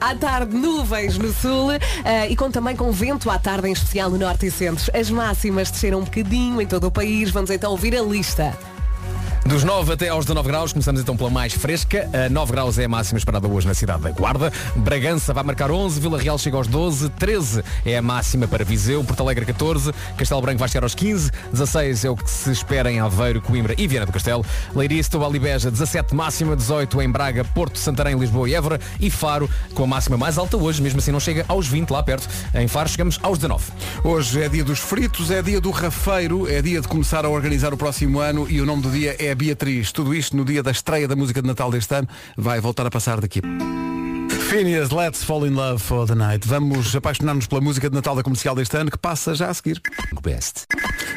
S7: À tarde, nuvens no sul eh, e com também com vento à tarde, em especial no norte e centro. As máximas desceram um bocadinho em todo o país. Vamos então ouvir a lista.
S4: Dos 9 até aos 19 graus, começamos então pela mais fresca. A 9 graus é a máxima esperada hoje na cidade da Guarda. Bragança vai marcar 11, Vila Real chega aos 12, 13 é a máxima para Viseu, Porto Alegre 14, Castelo Branco vai chegar aos 15, 16 é o que se espera em Aveiro, Coimbra e Viana do Castelo, Leiria, Setúbal e Beja 17 máxima, 18 em Braga, Porto, Santarém, Lisboa e Évora e Faro com a máxima mais alta hoje, mesmo assim não chega aos 20 lá perto. Em Faro chegamos aos 19.
S2: Hoje é dia dos fritos, é dia do rafeiro, é dia de começar a organizar o próximo ano e o nome do dia é Beatriz. Tudo isto no dia da estreia da música de Natal deste ano vai voltar a passar daqui. Phineas, let's fall in love for the night. Vamos apaixonar-nos pela música de Natal da comercial deste ano que passa já a seguir. Best.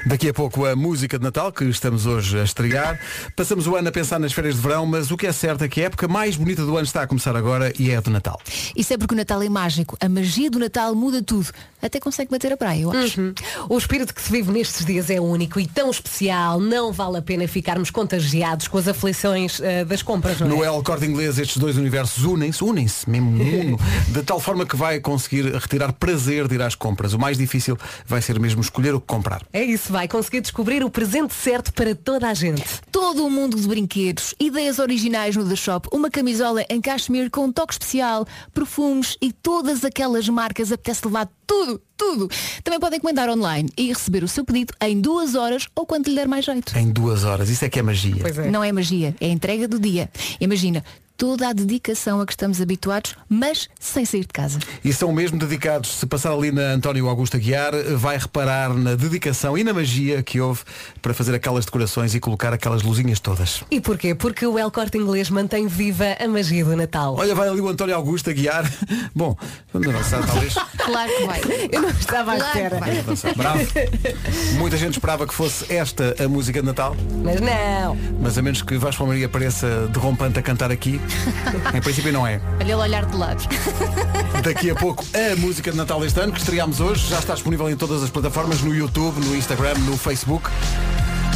S2: Daqui a pouco a música de Natal que estamos hoje a estrear. Passamos o ano a pensar nas férias de verão, mas o que é certo é que a época mais bonita do ano está a começar agora e é a de Natal.
S3: Isso é porque o Natal é mágico. A magia do Natal muda tudo. Até consegue bater a praia, eu acho.
S7: O espírito que se vive nestes dias é único e tão especial. Não vale a pena ficarmos contagiados com as aflições eh, das compras, não é?
S2: No El Corte Inglês estes dois universos unem-se, unem-se mesmo, uno, de tal forma que vai conseguir retirar prazer de ir às compras. O mais difícil vai ser mesmo escolher o que comprar.
S7: É isso, vai conseguir descobrir o presente certo para toda a gente.
S3: Todo o mundo de brinquedos, ideias originais no The Shop, uma camisola em cashmere com um toque especial, perfumes e todas aquelas marcas apetece levar tudo, tudo. Também podem encomendar online e receber o seu pedido em duas horas ou quando lhe der mais jeito.
S2: Em duas horas, isso é que é magia.
S3: Não é magia, é a entrega do dia. Imagina, toda a dedicação a que estamos habituados, mas sem sair de casa.
S2: E são mesmo dedicados, se passar ali na António Augusto Aguiar, vai reparar na dedicação e na magia que houve para fazer aquelas decorações e colocar aquelas luzinhas todas.
S7: E porquê? Porque o El Corte Inglês mantém viva a magia do Natal.
S2: Olha, vai ali o António Augusto Aguiar. [LAUGHS] Bom, vamos avançar talvez.
S3: Claro que vai.
S7: Eu não estava à espera.
S2: Vamos avançar. Bravo. Muita gente esperava que fosse esta a música de Natal.
S7: Mas não.
S2: Mas a menos que Vasco Maria apareça de rompante a cantar aqui, em princípio não é.
S3: Olha ele olhar de lado.
S2: Daqui a pouco a música de Natal deste ano, que estreámos hoje, já está disponível em todas as plataformas, no YouTube, no Instagram, no Facebook.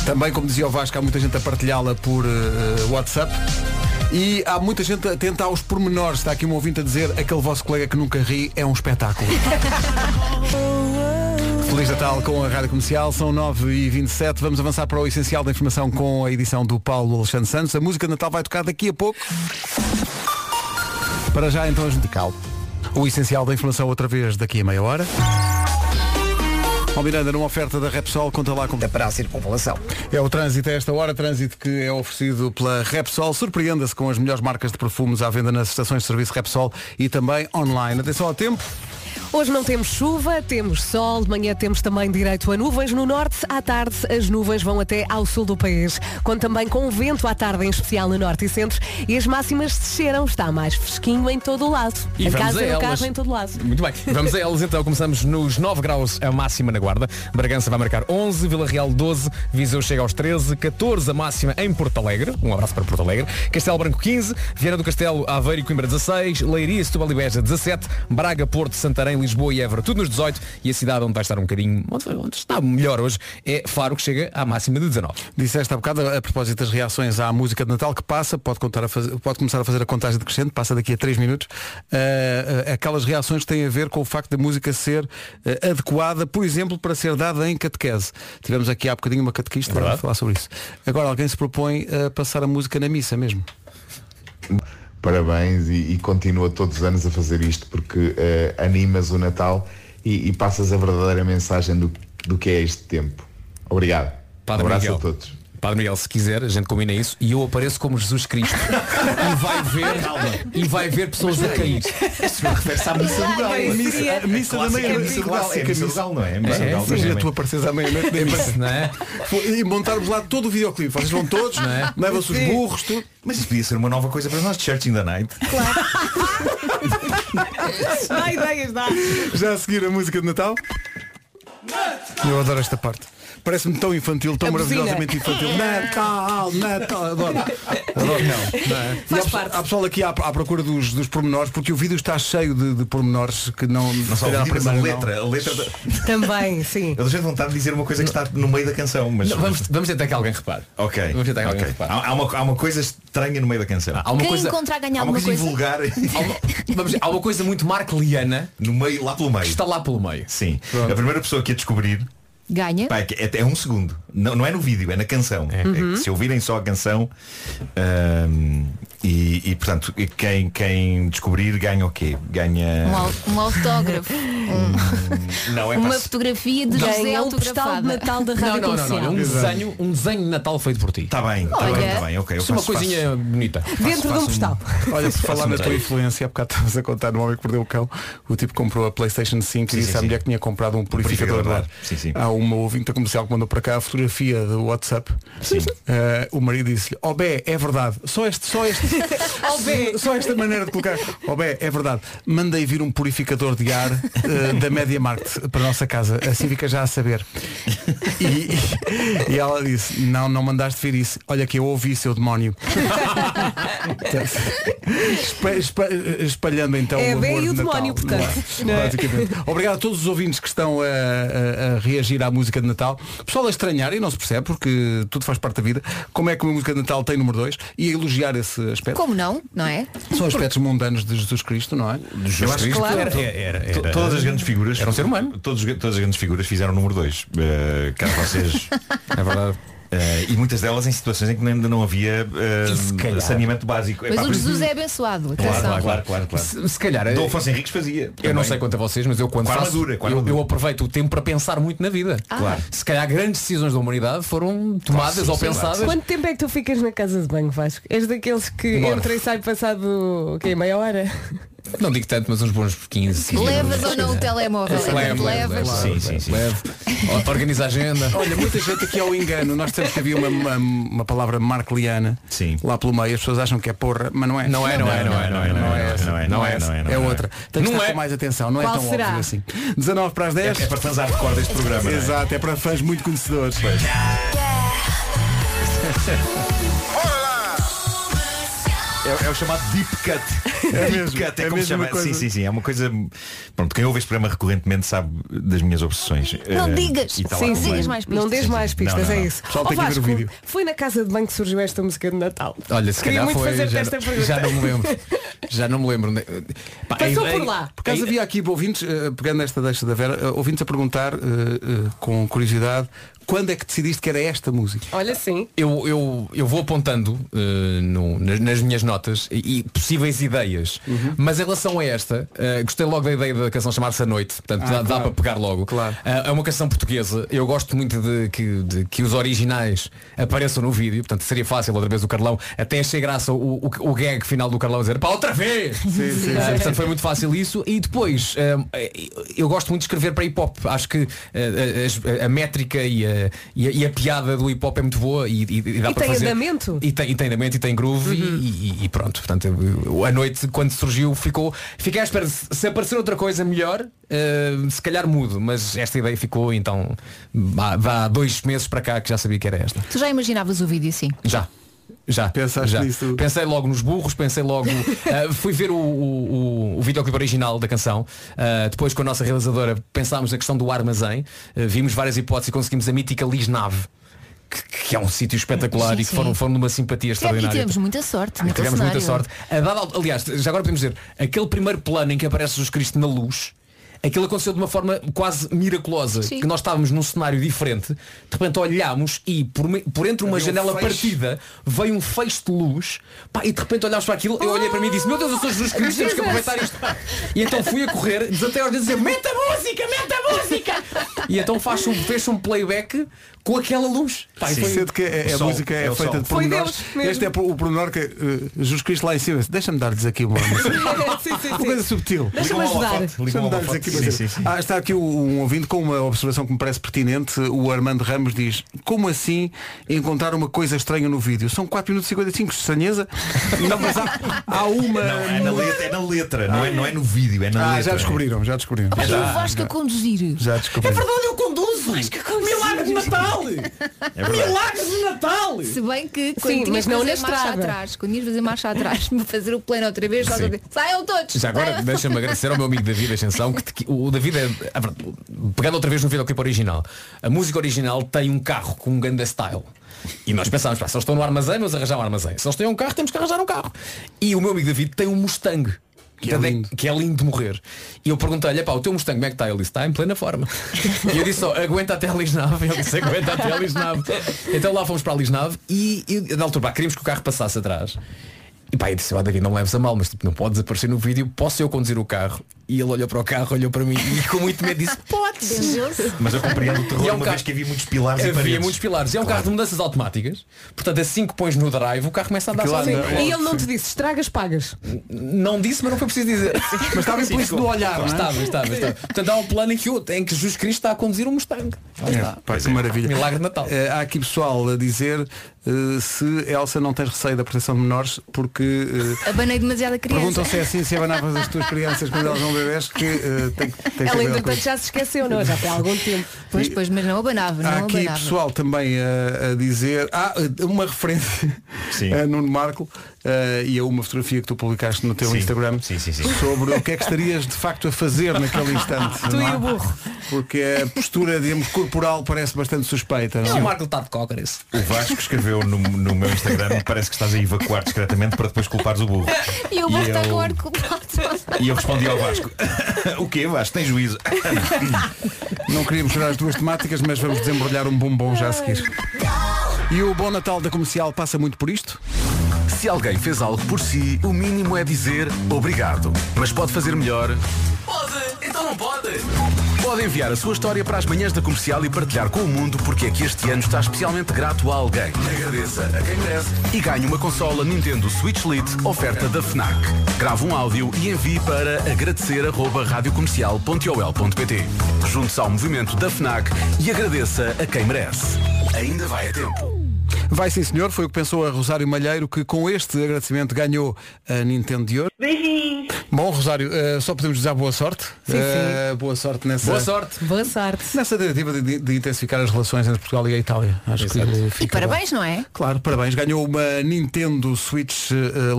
S2: Também, como dizia o Vasco, há muita gente a partilhá-la por eh, WhatsApp. E há muita gente atenta aos pormenores. Está aqui um ouvinte a dizer aquele vosso colega que nunca ri é um espetáculo. Feliz Natal com a Rádio Comercial, são 9h27, vamos avançar para o essencial da informação com a edição do Paulo Alexandre Santos. A música de Natal vai tocar daqui a pouco. Para já então a gente calma. O essencial da informação outra vez daqui a meia hora. Ó Miranda, numa oferta da Repsol, conta lá como...
S6: Para a circunvalação.
S2: É o trânsito a esta hora, trânsito que é oferecido pela Repsol. Surpreenda-se com as melhores marcas de perfumes à venda nas estações de serviço Repsol e também online. Atenção ao tempo.
S7: Hoje não temos chuva, temos sol, de manhã temos também direito a nuvens no norte, à tarde as nuvens vão até ao sul do país, quando também com um vento à tarde, em especial no norte e centro, e as máximas desceram, está mais fresquinho em todo o lado.
S4: E
S7: em
S4: vamos
S7: casa,
S4: a
S7: no
S4: elas.
S7: carro, em todo o lado.
S4: Muito bem, vamos a elas então. Começamos nos 9 graus a máxima na Guarda. Bragança vai marcar 11, Vila Real 12, Viseu chega aos 13, 14 a máxima em Porto Alegre. Um abraço para Porto Alegre. Castelo Branco 15, Viana do Castelo, Aveiro e Coimbra 16, Leiria, Setúbal e Beja 17, Braga, Porto, Santarém, Lisboa e Évora tudo nos 18 e a cidade onde vai estar um bocadinho, onde está melhor hoje, é Faro que chega à máxima de 19.
S2: Disseste há bocado, a propósito das reações à música de Natal, que passa, pode, contar a fazer- pode começar a fazer a contagem decrescente, passa daqui a 3 minutos, ah, ah, aquelas reações que têm a ver com o facto da música ser ah, adequada, por exemplo, para ser dada em catequese. Tivemos aqui há bocadinho uma catequista a falar sobre isso. Agora alguém se propõe a passar a música na missa mesmo.
S21: Parabéns e, e continua todos os anos a fazer isto porque eh, animas o Natal e, e passas a verdadeira mensagem do, do que é este tempo. Obrigado.
S4: Padre
S21: um abraço
S4: Miguel.
S21: a todos.
S4: Padre Miguel, se quiser, a gente combina isso e eu apareço como Jesus
S15: [LAUGHS]
S4: Cristo. e vai ver e vai ver pessoas a cair. Isso refere-se à missa do Galo.
S2: É Missa- a missa da meia-noite.
S15: É missa do Galo, não é?
S2: É,
S15: Missa do Galo,
S2: imagina
S15: sim.
S2: tu apareceres à meia-noite da
S15: É missa,
S2: missa.
S15: não é?
S2: E montarmos lá todo o videoclipe. Vocês vão todos,
S15: Não é?
S2: levam-se os
S15: Sim.
S2: burros, tudo.
S15: Mas isso podia ser uma nova coisa para nós, Church in the Night.
S7: Dá ideias, dá.
S2: Já a seguir a música de Natal? Eu adoro esta parte. Parece-me tão infantil, tão
S7: A buzina.
S2: maravilhosamente
S7: [LAUGHS]
S2: infantil. Natal, Natal, adoro. Adoro, não. não é? E há, pessoa- há pessoal aqui à, à procura dos, dos pormenores, porque o vídeo está cheio de, de pormenores que não.
S15: Não só o
S2: se calhar à
S15: vídeo, mas a
S2: primeira
S15: letra.
S2: não. é?
S15: A letra da...
S7: Também, sim.
S15: Eu deixei de vontade de dizer uma coisa que está no meio da canção, mas.
S4: Não, vamos, vamos tentar que alguém repare.
S15: Ok.
S4: Vamos tentar que alguém
S15: ok.
S4: repare.
S15: Há, há uma, há uma coisa estranha no meio da canção.
S4: Há uma
S3: Quem
S4: coisa,
S3: encontrar ganha
S15: há uma
S3: alguma coisa. [LAUGHS]
S15: coisa, vulgar.
S4: há uma- vamos dizer, há uma coisa muito marcliana
S15: no meio, lá pelo meio.
S4: Está lá pelo meio.
S15: Sim. A primeira pessoa que a descobrir
S3: Ganha.
S15: Pá, é que é, é um segundo. Não, não é no vídeo, é na canção. É
S3: Uhum.
S15: que se ouvirem só a canção ahm, e, e, portanto e quem, quem descobrir ganha o quê? Ganha.
S3: Um, au- um autógrafo.
S15: Não é
S3: uma
S15: para se-
S3: fotografia de
S7: Ganha
S3: José
S7: o um postal de
S3: autografada.
S7: Natal da
S4: Não,
S7: Rádio
S4: não, não, não,
S7: Comercial.
S4: não. Um desenho, um desenho de Natal feito por ti.
S15: Está bem, está
S3: Olha.
S15: bem, está bem, Tá, ok. Eu
S4: Isso é uma
S15: faço-
S4: coisinha
S15: faço-
S4: bonita.
S7: Dentro de um postal.
S2: Olha, por
S15: Faço
S2: falar
S15: um
S2: na tua
S15: desenho.
S2: influência, há bocado estavas a contar no homem que perdeu o cão, o tipo comprou a Playstation 5 e
S15: Sim,
S2: disse
S15: sim,
S2: à
S15: sim.
S2: mulher que tinha comprado um purificador de
S15: purificador
S2: ar.
S15: de ar. Sim, sim.
S2: Há uma ouvinte comercial que mandou para cá a fotografia do WhatsApp. Eh, o marido disse-lhe, ó Bé, é verdade, só este, só este,
S7: Ó Bé.
S2: só esta maneira de colocar. Ó Bé, é verdade. Mandei vir um purificador de ar eh, da Media Markt para a nossa casa. Assim fica já a saber. E, e ela disse, não, não mandaste vir isso. Olha que eu ouvi seu demónio. Espa- espa- espalhando então
S7: É
S2: o
S7: bem
S2: amor
S7: e o
S2: de Natal,
S7: demónio,
S2: não é?
S7: portanto, não é?
S2: Basicamente. Obrigado a todos os ouvintes que estão a, a- a reagir à música de Natal. O pessoal a estranhar e não se percebe, porque tudo faz parte da vida, como é que uma música de Natal tem número 2 e a elogiar esse aspecto.
S3: Como não, não é?
S2: São aspectos mundanos de Jesus Cristo, não é?
S15: Eu acho que
S3: Cristo
S15: to-
S3: Claro.
S15: to- to- todas as grandes figuras
S4: É, Era um ser humano.
S15: todos- todas as grandes figuras fizeram o número 2 Cá vocês
S4: [LAUGHS] É verdade.
S15: Eh, e muitas delas em situações em que ainda não havia eh,
S4: E se calhar.
S15: saneamento básico
S3: Mas
S15: Epá,
S3: o Jesus é abençoado.
S15: Claro,
S3: Atenção.
S15: claro, claro, claro, claro.
S4: Se, se calhar
S15: Dom Afonso Henriques fazia.
S4: Eu não
S15: Também.
S4: sei quanto a vocês, mas eu quando
S15: Com a
S4: faço,
S15: armadura, com a
S4: eu,
S15: armadura.
S4: eu aproveito o tempo para pensar muito na vida.
S7: Ah.
S15: Claro.
S4: Se calhar grandes decisões da humanidade foram tomadas
S15: sim,
S4: ou
S15: sim,
S4: pensadas.
S7: Quanto tempo é que tu ficas na casa de banho, Vasco? És daqueles que
S4: Demora.
S7: entra e sai passado o quê? Meia hora?
S4: Não digo tanto, mas uns bons 15. 15
S3: Levas
S4: minutos.
S3: ou não o telemóvel?
S4: Levo, levo,
S3: Levas.
S4: levo,
S15: Sim,
S4: levo,
S15: sim, sim.
S4: levo. O- Organiza a agenda.
S2: Olha, muita gente aqui ao engano. Nós temos que havia uma, uma, uma palavra marcliana
S15: Sim.
S2: lá pelo meio. As pessoas acham que é porra, mas não é.
S4: Não é, não é, não é, não é, não é,
S2: essa.
S15: não é, não é, não é, não
S2: É
S15: é.
S2: outra. Tem que
S4: Não
S2: estar
S4: é.
S2: com mais atenção. Não é
S7: Qual
S2: tão
S7: será?
S2: óbvio assim. 19 para as 10.
S15: É para fãs à record deste programa. não é?
S2: Exato, é para fãs muito conhecedores.
S15: É, é o chamado [LAUGHS] deep cut. É mesmo, porque até
S2: é
S15: como se
S2: mesmo
S15: chama,
S2: uma coisa.
S15: Sim, sim, sim. É uma coisa. Pronto, quem ouve este programa recorrentemente sabe das minhas obsessões.
S7: Não
S15: Eh,
S7: digas.
S15: e tá lá
S7: Sim,
S15: também.
S7: digas mais pistas. Não dês mais pistas,
S15: Não, não,
S7: é
S15: não.
S7: isso.
S15: Pessoal,
S7: Ó,
S15: tem que ver o
S7: Vasco,
S15: vídeo.
S7: Foi na casa de banho que surgiu esta música de Natal.
S4: Olha, se
S7: Queria
S4: calhar
S7: muito
S4: foi.
S7: fazer-te
S4: Já,
S7: esta
S4: não-
S7: pergunta.
S4: já não me lembro. Já não me lembro.
S2: Né?
S4: onde- Pá,
S7: Passou
S4: é-
S7: por
S4: é-
S7: lá.
S2: Por acaso havia aqui ouvintes, eh, pegando nesta deixa da Vera, eh, ouvintes a perguntar, eh, eh, com curiosidade, quando é que decidiste que era esta música?
S7: Olha [LAUGHS] sim.
S4: Eu, eu, eu vou apontando eh, no- nas, nas minhas notas e, e possíveis ideias.
S7: Uhum.
S4: Mas em relação a esta, eh, gostei logo da ideia da canção chamar-se A Noite. Portanto,
S2: Ah,
S4: dá, dá
S2: claro.
S4: para pegar logo. Eh, é uma canção portuguesa. Eu gosto muito de que, de que os originais apareçam no vídeo. Portanto, seria fácil outra vez o Carlão. Até achei graça o, o, o gag final do Carlão a dizer pá, outra vez!
S2: Sim, sim,
S4: Eh,
S2: sim.
S4: portanto, foi muito fácil isso. E depois, eh, eu gosto muito de escrever para hip-hop. Acho que eh, as- a, métrica e a, e a- e a piada do hip-hop é muito boa e, e- e dá
S7: E
S4: para
S7: tem
S4: fazer.
S7: andamento.
S4: E tem, e tem andamento e tem groove
S3: Uhum.
S4: e, e- e pronto. Portanto, eu- a noite, quando surgiu, ficou. Fiquei à espera. Se se aparecer outra coisa melhor, eh, se calhar mudo. Mas esta ideia ficou, então, há, há dois meses para cá que já sabia que era esta.
S3: Tu já imaginavas o vídeo assim?
S4: Já. Já. Pensaste já.
S2: nisso?
S4: Pensei logo nos burros, pensei logo. eh, fui ver o, o, o- o videoclipe original da canção. Eh, depois com a nossa realizadora pensámos na questão do armazém. Eh, vimos várias hipóteses e conseguimos a mítica Lisnave. Que, que é um sítio espetacular
S3: Sim,
S4: e que
S3: sim.
S4: foram, foram numa simpatia
S3: E
S4: extraordinária.
S3: tivemos muita sorte.
S4: E
S3: naquele
S4: Ah, tivemos muita
S3: É um cenário.
S4: sorte. A dada al- aliás, já agora podemos dizer, aquele primeiro plano em que aparece Jesus Cristo na luz, aquilo aconteceu de uma forma quase miraculosa,
S3: Sim.
S4: que nós estávamos num cenário diferente, de repente olhámos e por, me- por entre uma
S2: Havia um
S4: janela
S2: feixe.
S4: partida veio um feixe de luz, pá, e de repente olhámos para aquilo, eu olhei para mim e disse, meu Deus, eu sou Jesus Cristo, temos que
S18: Jesus.
S4: aproveitar isto. E então fui a correr, desatei a ordem dizer, meta a música, meta a música! E então faz um, fez um playback com aquela luz. Pá, e
S2: Sim.
S4: foi-
S2: Sendo que a, a
S4: O sol,
S2: música é,
S4: é o
S2: feita
S4: sol.
S2: de
S4: Foi
S2: pormenores.
S4: Deus mesmo.
S2: Este é o pormenor que eh, Jesus Cristo lá em cima. Deixa-me dar-lhes aqui uma,
S4: [LAUGHS]
S2: uma coisa subtil.
S7: Deixa-me Liga-me ao ajudar. holofote, liga-me
S2: Deixa-me
S7: ao
S2: dar-lhes
S7: holofote.
S2: aqui
S7: Sim,
S2: uma coisa.
S7: sim, sim.
S2: Ah, está aqui um ouvinte com uma observação que me parece pertinente. O Armando Ramos diz, como assim encontrar uma coisa estranha no vídeo? São 4 minutos e 55, estranheza. [LAUGHS] Não, mas há, há uma.
S15: Não, é na letra, é na letra, não é, não é no vídeo, é na
S2: Ah,
S15: letra. É.
S2: já descobriram, já descobriram.
S3: Olha o Vasco a conduzir.
S2: Já descobriram.
S4: É verdade, eu conduzo. Milagre de Natal! Milagre de Natal!
S3: Se bem que quando
S7: Sim,
S3: tinhas
S7: mas
S3: que
S7: não
S3: fazer
S7: na
S3: marcha
S7: estrada.
S3: atrás, quando ias fazer
S7: [LAUGHS]
S3: marcha atrás, para fazer o plano outra vez, só
S4: Sim.
S3: dizer, saiam todos!
S4: Já agora
S3: saiam."
S4: deixa-me agradecer ao meu amigo David Ascensão, que, que o David é. a verdade, Pegando outra vez no videoclipe original, a música original tem um carro com um ganda style. E nós pensámos, pá, se eles estão no armazém, vamos arranjar um armazém. Se eles têm um carro, temos que arranjar um carro. E o meu amigo David tem um Mustang. Que é, lindo. que é lindo de morrer. E eu perguntei-lhe, pá, o teu Mustang como é que está? Ele disse, está em plena forma. e eu disse só, aguenta até a Lisnave. Ele disse, aguenta até a Lisnave. Então lá fomos para a Lisnave e, e na altura, pá, queríamos que o carro passasse atrás. E pá, eu disse, ó David, não me leves a mal, mas tipo, não podes aparecer no vídeo, posso eu conduzir o carro? E ele olhou para o carro, olhou para mim e com muito medo disse,
S3: Pode-se.
S15: Mas eu compreendo o terror
S4: E é um
S15: uma
S4: carro-
S15: vez que havia muitos pilares e
S4: Havia
S15: paredes.
S4: muitos pilares. E é um carro de mudanças automáticas. Portanto, assim que pões no drive, o carro começa a andar
S7: Sim.
S4: sozinho.
S7: E ele não é um te disse, estragas, pagas.
S4: Não disse, mas não foi preciso dizer.
S7: Mas
S15: [LAUGHS]
S7: estava implícito
S4: Sim,
S7: no
S4: claro.
S7: olhar, não é?
S4: Estava, estava, estava. Portanto, há um plano em que, o- em que Jesus Cristo está a conduzir um Mustang. Lá
S2: É,
S4: está.
S2: pá, que maravilha.
S4: Milagre de Natal.
S2: Eh, há aqui pessoal a dizer eh, se Elsa não tens receio da proteção de menores porque eh,
S3: Abanei demasiada criança.
S2: perguntam se é assim se abanavas as tuas crianças quando elas são bebés que eh, tem, que- tens que haver
S7: Ela
S2: alguma
S7: entretanto
S2: coisa.
S7: já se esqueceu, não? é? Já foi há algum tempo.
S3: Pois, pois, mas não abanava, não
S2: Há aqui
S3: abanava.
S2: pessoal também a, a dizer Ah, uma referência a Nuno Marco eh, E a uma fotografia que tu publicaste no teu Instagram Sobre o que é que estarias de facto a fazer naquele
S4: [LAUGHS]
S2: instante é?
S4: Tu e o burro.
S2: Porque a postura, digamos, corporal parece bastante suspeita não é?
S4: Não, o Marco está de cócoras.
S15: O Vasco escreveu no, no meu Instagram parece que estás a evacuar discretamente para depois culpares o burro.
S3: E o Vasco está
S15: eu-
S3: com o ar culpado.
S15: E eu respondi ao Vasco [LAUGHS] O quê Vasco? Tem juízo
S2: Não queríamos chorar as duas temáticas, mas vamos desembrulhar um bombom já a seguir. E o Bom Natal da Comercial passa muito por isto?
S8: Se alguém fez algo por si, o mínimo é dizer obrigado. Mas pode fazer melhor.
S18: Pode, então não pode.
S8: Pode enviar a sua história para as manhãs da comercial e partilhar com o mundo porque é que este ano está especialmente grato a alguém. Agradeça a quem merece e ganhe uma consola Nintendo Switch Lite, oferta da Fnac. Grave um áudio e envie para agradecer@radiocomercial.ol.pt. Junte-se ao movimento da Fnac e agradeça a quem merece. Ainda vai a tempo.
S2: Vai sim senhor, foi o que pensou a Rosário Malheiro que com este agradecimento ganhou a Nintendo de hoje.
S22: Beijinhos.
S2: Bom, Rosário, eh, só podemos desejar boa sorte.
S7: Sim,
S2: Eh, boa sorte nessa.
S7: Boa sorte. Boa sorte.
S2: Nessa tentativa de, de intensificar as relações entre Portugal e a Itália. Acho que
S3: E
S2: fica bem.
S3: parabéns, não é?
S2: Claro, parabéns. Ganhou uma Nintendo Switch eh,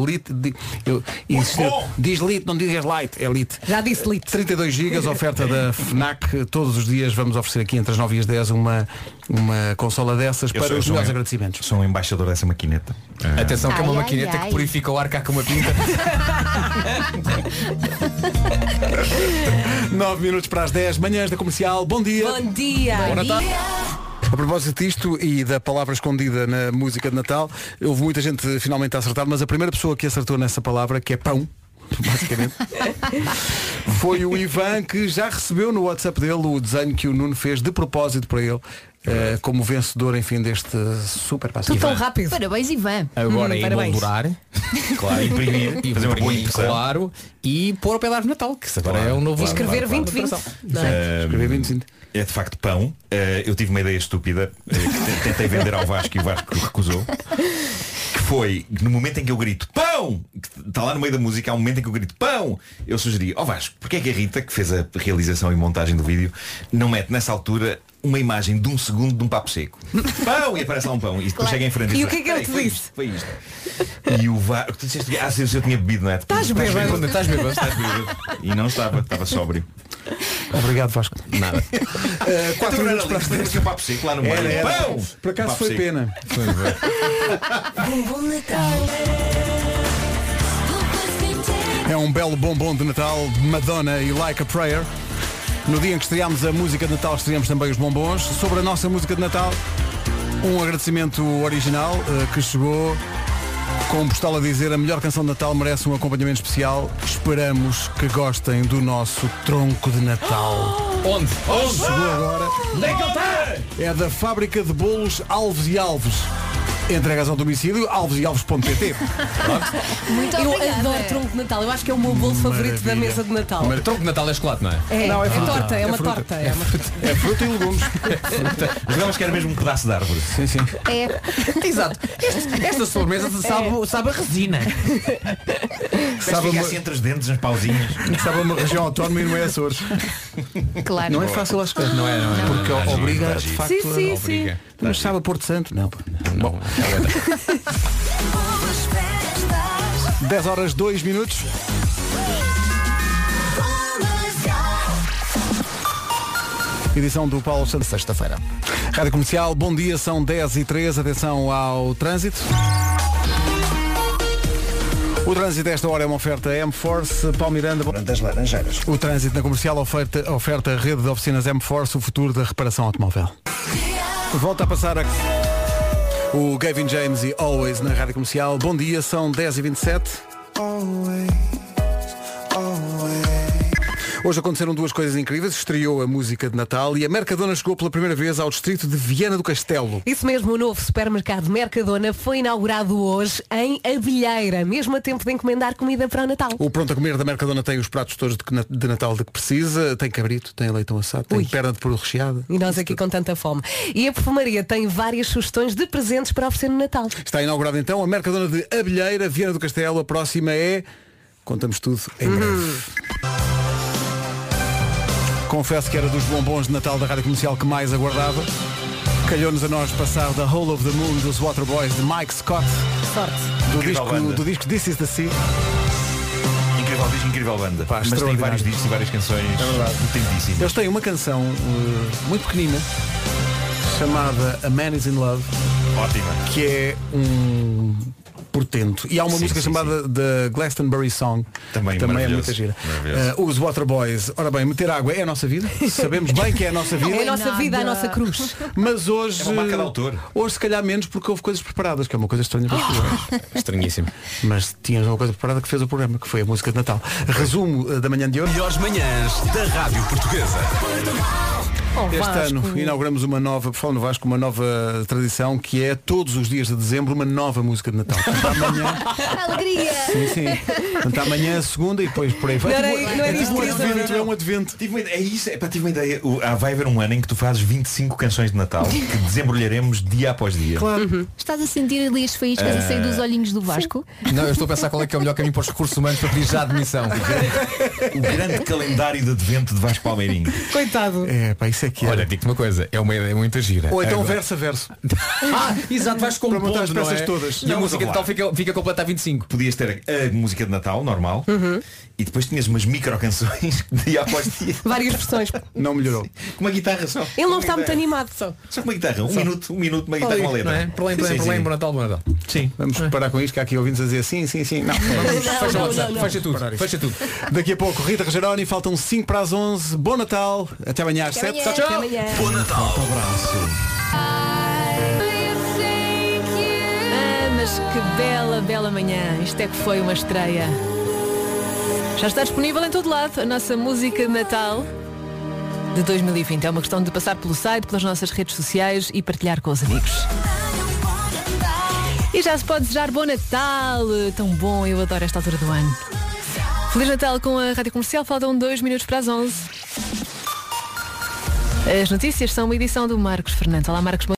S2: Lite. Di- eu- insisto- diz Lite, não digas Lite, é Lite.
S7: Já disse Lite.
S2: 32 GB, oferta da FNAC. Todos os dias vamos oferecer aqui entre as 9 e as 10 uma, uma consola dessas para os melhores agradecimentos.
S15: Sou um embaixador dessa maquineta.
S4: Atenção que é uma
S15: Ai, ai,
S4: maquineta
S15: ai.
S4: que purifica o ar cá com uma pinta.
S2: [LAUGHS] 9 minutos para as 10, manhãs da comercial. Bom dia.
S7: Bom dia.
S2: Bom Natal. A propósito disto e da palavra escondida na música de Natal, houve muita gente eh, finalmente a acertar, mas a primeira pessoa que acertou nessa palavra, que é pão, [LAUGHS] basicamente, foi o Ivan que já recebeu no WhatsApp dele o desenho que o Nuno fez de propósito para ele, eh, como vencedor, enfim, deste super passo.
S3: Tudo tão
S7: rápido.
S3: Parabéns, Ivan.
S4: Agora
S3: Hum,
S4: é
S3: parabéns.
S4: emoldurar, claro, imprimir, fazer uma boa impressão. Claro, e pôr ao pé da árvore de Natal, que isso agora é um novo
S7: E escrever 2020. não é?
S2: Um,
S15: é de facto pão. Eh, eu tive uma ideia estúpida eh, que te- tentei vender ao Vasco e o Vasco recusou. Que foi no momento em que eu grito pão, que está lá no meio da música, há um momento em que eu grito pão, eu sugeri, ó Vasco, porque é que a Rita, que fez a realização e montagem do vídeo, não mete nessa altura uma imagem de um segundo de um papo
S7: [LAUGHS]
S15: seco. Pão! E aparece lá um pão. E depois
S7: Claro.
S15: chega em frente
S7: E
S15: diz,
S7: o que é que ele
S15: "Peraí,
S7: te
S15: foi
S7: disse?"
S15: isto, Foi isto. E o Vasco. Tu disseste, ah, se eu tinha bebido, não é?
S7: Estás bêbado.
S4: Estás bêbado.
S15: Estás bêbado. [LAUGHS] E não estava, estava sóbrio.
S2: Obrigado, Vasco.
S15: Nada.
S2: Uh,
S15: É, quatro minutos para as papo seco lá no meio.
S2: Era, era.
S15: Pão!
S2: Por acaso
S15: Papo
S2: foi
S15: seco.
S2: pena.
S10: Bom, bom Natal.
S2: É um belo bombom de Natal, Madonna e Like a Prayer. No dia em que estreámos a música de Natal, estreámos também os bombons. Sobre a nossa música de Natal, um agradecimento original eh, que chegou com um postal a dizer a melhor canção de Natal merece um acompanhamento especial. Esperamos que gostem do nosso tronco de Natal.
S4: Onde?
S2: Onde? Chegou agora. É da fábrica de bolos Alves e Alves. Entregas ao domicílio, alvesalves.pt.
S7: Muito eu adoro tronco de Natal. Eu acho que é o meu bolo favorito da
S2: Maravilha.
S7: mesa de Natal.
S4: Mas tronco de Natal é chocolate, não é?
S7: É,
S4: não,
S7: é
S4: fruta.
S7: torta, é uma
S4: fruta.
S7: torta, é uma
S4: fruta.
S2: É fruta e legumes.
S15: Julgávamos que era mesmo um pedaço de árvore.
S2: Sim, sim.
S4: É. Exato. Este- esta sobremesa sabe, sabe a resina.
S15: Sabe fica assim entre os dentes, uns pauzinhos.
S2: Estava uma região autónoma e não é Açores.
S3: Claro.
S2: Não é fácil às coisas.
S4: Não é, não é.
S2: Porque
S4: Dá giro,
S2: obriga,
S4: dá
S2: de
S4: giro.
S2: facto,
S4: Sim, sim,
S2: a...
S4: Obriga. sim.
S2: Mas sabe a Porto Santo? Não. Bom. 10 horas 2 minutos. Edição do Paulo Santos, sexta-feira. Rádio Comercial, bom dia, são 10 e 3 atenção ao trânsito. O trânsito desta hora é uma oferta M-Force, Palmiranda. Das Laranjeiras. O trânsito na comercial oferta, oferta a rede de oficinas M-Force, o futuro da reparação automóvel. Volta a passar a... o Gavin James e Always na Rádio Comercial. Bom dia, são 10h27. Hoje aconteceram duas coisas incríveis. Estreou a música de Natal e a Mercadona chegou pela primeira vez ao distrito de Viana do Castelo.
S7: Isso mesmo, o novo supermercado Mercadona foi inaugurado hoje em Abilheira, mesmo a tempo de encomendar comida para o Natal.
S2: O pronto a comer da Mercadona tem os pratos todos de, que na- de Natal de que precisa. Tem cabrito, tem leitão assado, tem perna de peru recheada.
S7: E nós aqui com tanta fome. E a perfumaria tem várias sugestões de presentes para oferecer no Natal.
S2: Está inaugurada então a Mercadona de Abelheira, Viana do Castelo. A próxima é. Contamos tudo em breve. Confesso que era dos bombons de Natal da Rádio Comercial que mais aguardava. Calhou-nos a nós passar da Whole of the Moon dos Waterboys de Mike Scott.
S7: Sorte.
S2: Do
S15: Incrível
S2: disco,
S15: banda.
S2: do disco This Is the Sea.
S15: Incrível disco, incrível banda. Mas tem
S2: extraordinário.
S15: vários discos e várias canções. É verdade.
S2: Eles têm uma canção eh, muito pequenina chamada A Man Is In Love.
S15: Ótima.
S2: Que é um portento. E há uma
S15: Sim,
S2: música
S15: sim,
S2: chamada The Glastonbury Song.
S15: Também
S2: que também é
S15: maravilhoso.
S2: muita gira.
S15: Maravilhoso.
S2: Eh, os Waterboys. Ora bem, meter água é a nossa vida. Sabemos bem que é a nossa vida.
S7: É a nossa vida, a nossa cruz.
S2: Mas hoje.
S7: É uma marca de
S15: autor.
S2: Hoje se calhar menos porque houve coisas preparadas, que é uma coisa estranha para as pessoas.
S4: Estranhíssimo.
S2: Mas tínhamos uma coisa preparada que fez o programa, que foi a música de Natal. Resumo eh, da manhã de hoje.
S8: Melhores manhãs da Rádio Portuguesa.
S2: este ano inauguramos uma nova, por falar no Vasco, uma nova tradição que é todos os dias de dezembro uma nova música de Natal.
S5: [LAUGHS] Alegria!
S2: sim, sim. Portanto, amanhã a segunda e depois por aí vai.
S5: Não era-
S2: Tipo,
S5: não era
S2: é tipo
S5: isto,
S2: um
S5: não,
S2: advento,
S5: não, não.
S2: é um advento.
S15: Tive uma ideia, é isso, é pá, tive uma ideia. O- ah, vai haver um ano em que tu fazes 25 canções de Natal [LAUGHS] que desembrulharemos dia após dia.
S10: Estás a sentir ali as faíscas a sair dos olhinhos do Vasco?
S4: Não, eu estou a pensar qual é que é o melhor caminho para os recursos humanos para pedir já admissão.
S15: O grande calendário de advento de Vasco [LAUGHS] Palmeirinho.
S4: Coitado.
S2: É, pá, isso é que
S4: Olha, digo-te uma coisa, é uma ideia muito gira.
S2: Ou então
S4: Agora-
S2: verso a verso.
S4: [LAUGHS] Ah, exato, vais
S15: Para
S4: compondo,
S15: montar as
S4: não
S15: peças
S4: é?
S15: todas.
S4: E a
S15: Não,
S4: música de
S15: vamos lá.
S4: tal fica, fica completa a 25.
S15: Podias ter a música de Natal, normal, e depois tinhas umas micro canções [LAUGHS] dia após dia.
S7: Várias versões.
S2: Não melhorou.
S15: Com uma guitarra só.
S7: Ele não
S15: Uma
S7: está muito
S15: guitarra.
S7: animado só.
S15: Só com uma guitarra, um
S2: Só.
S15: minuto, um minuto, uma guitarra, uma letra.
S2: Não é? Por lá, por lá,
S15: Sim,
S2: por
S15: sim,
S2: lá,
S15: sim.
S2: por Natal, por Natal.
S15: Sim.
S2: Vamos
S5: É.
S2: parar com isto, que há aqui ouvintes a dizer sim, sim, sim.
S5: [LAUGHS]
S2: Não, vamos,
S4: Não,
S2: fecha,
S4: não,
S2: o WhatsApp,
S4: não, não.
S2: fecha tudo,
S4: Parar isto.
S2: fecha tudo. Daqui a pouco, Rita Rogeroni, faltam 5 para as 11. Bom Natal, até amanhã às
S5: Até
S2: 7.
S5: amanhã, até amanhã. Bom
S2: Natal. Forte abraço.
S10: Ah, mas que bela, bela manhã. Isto é que foi uma estreia. Já está disponível em todo lado a nossa música de Natal de 2020. É uma questão de passar pelo site, pelas nossas redes sociais e partilhar com os amigos. E já se pode desejar bom Natal. Tão bom, eu adoro esta altura do ano. Feliz Natal com a Rádio Comercial. Faltam dois minutos para as 11. As notícias são uma edição do Marcos Fernandes. Olá, Marcos. bom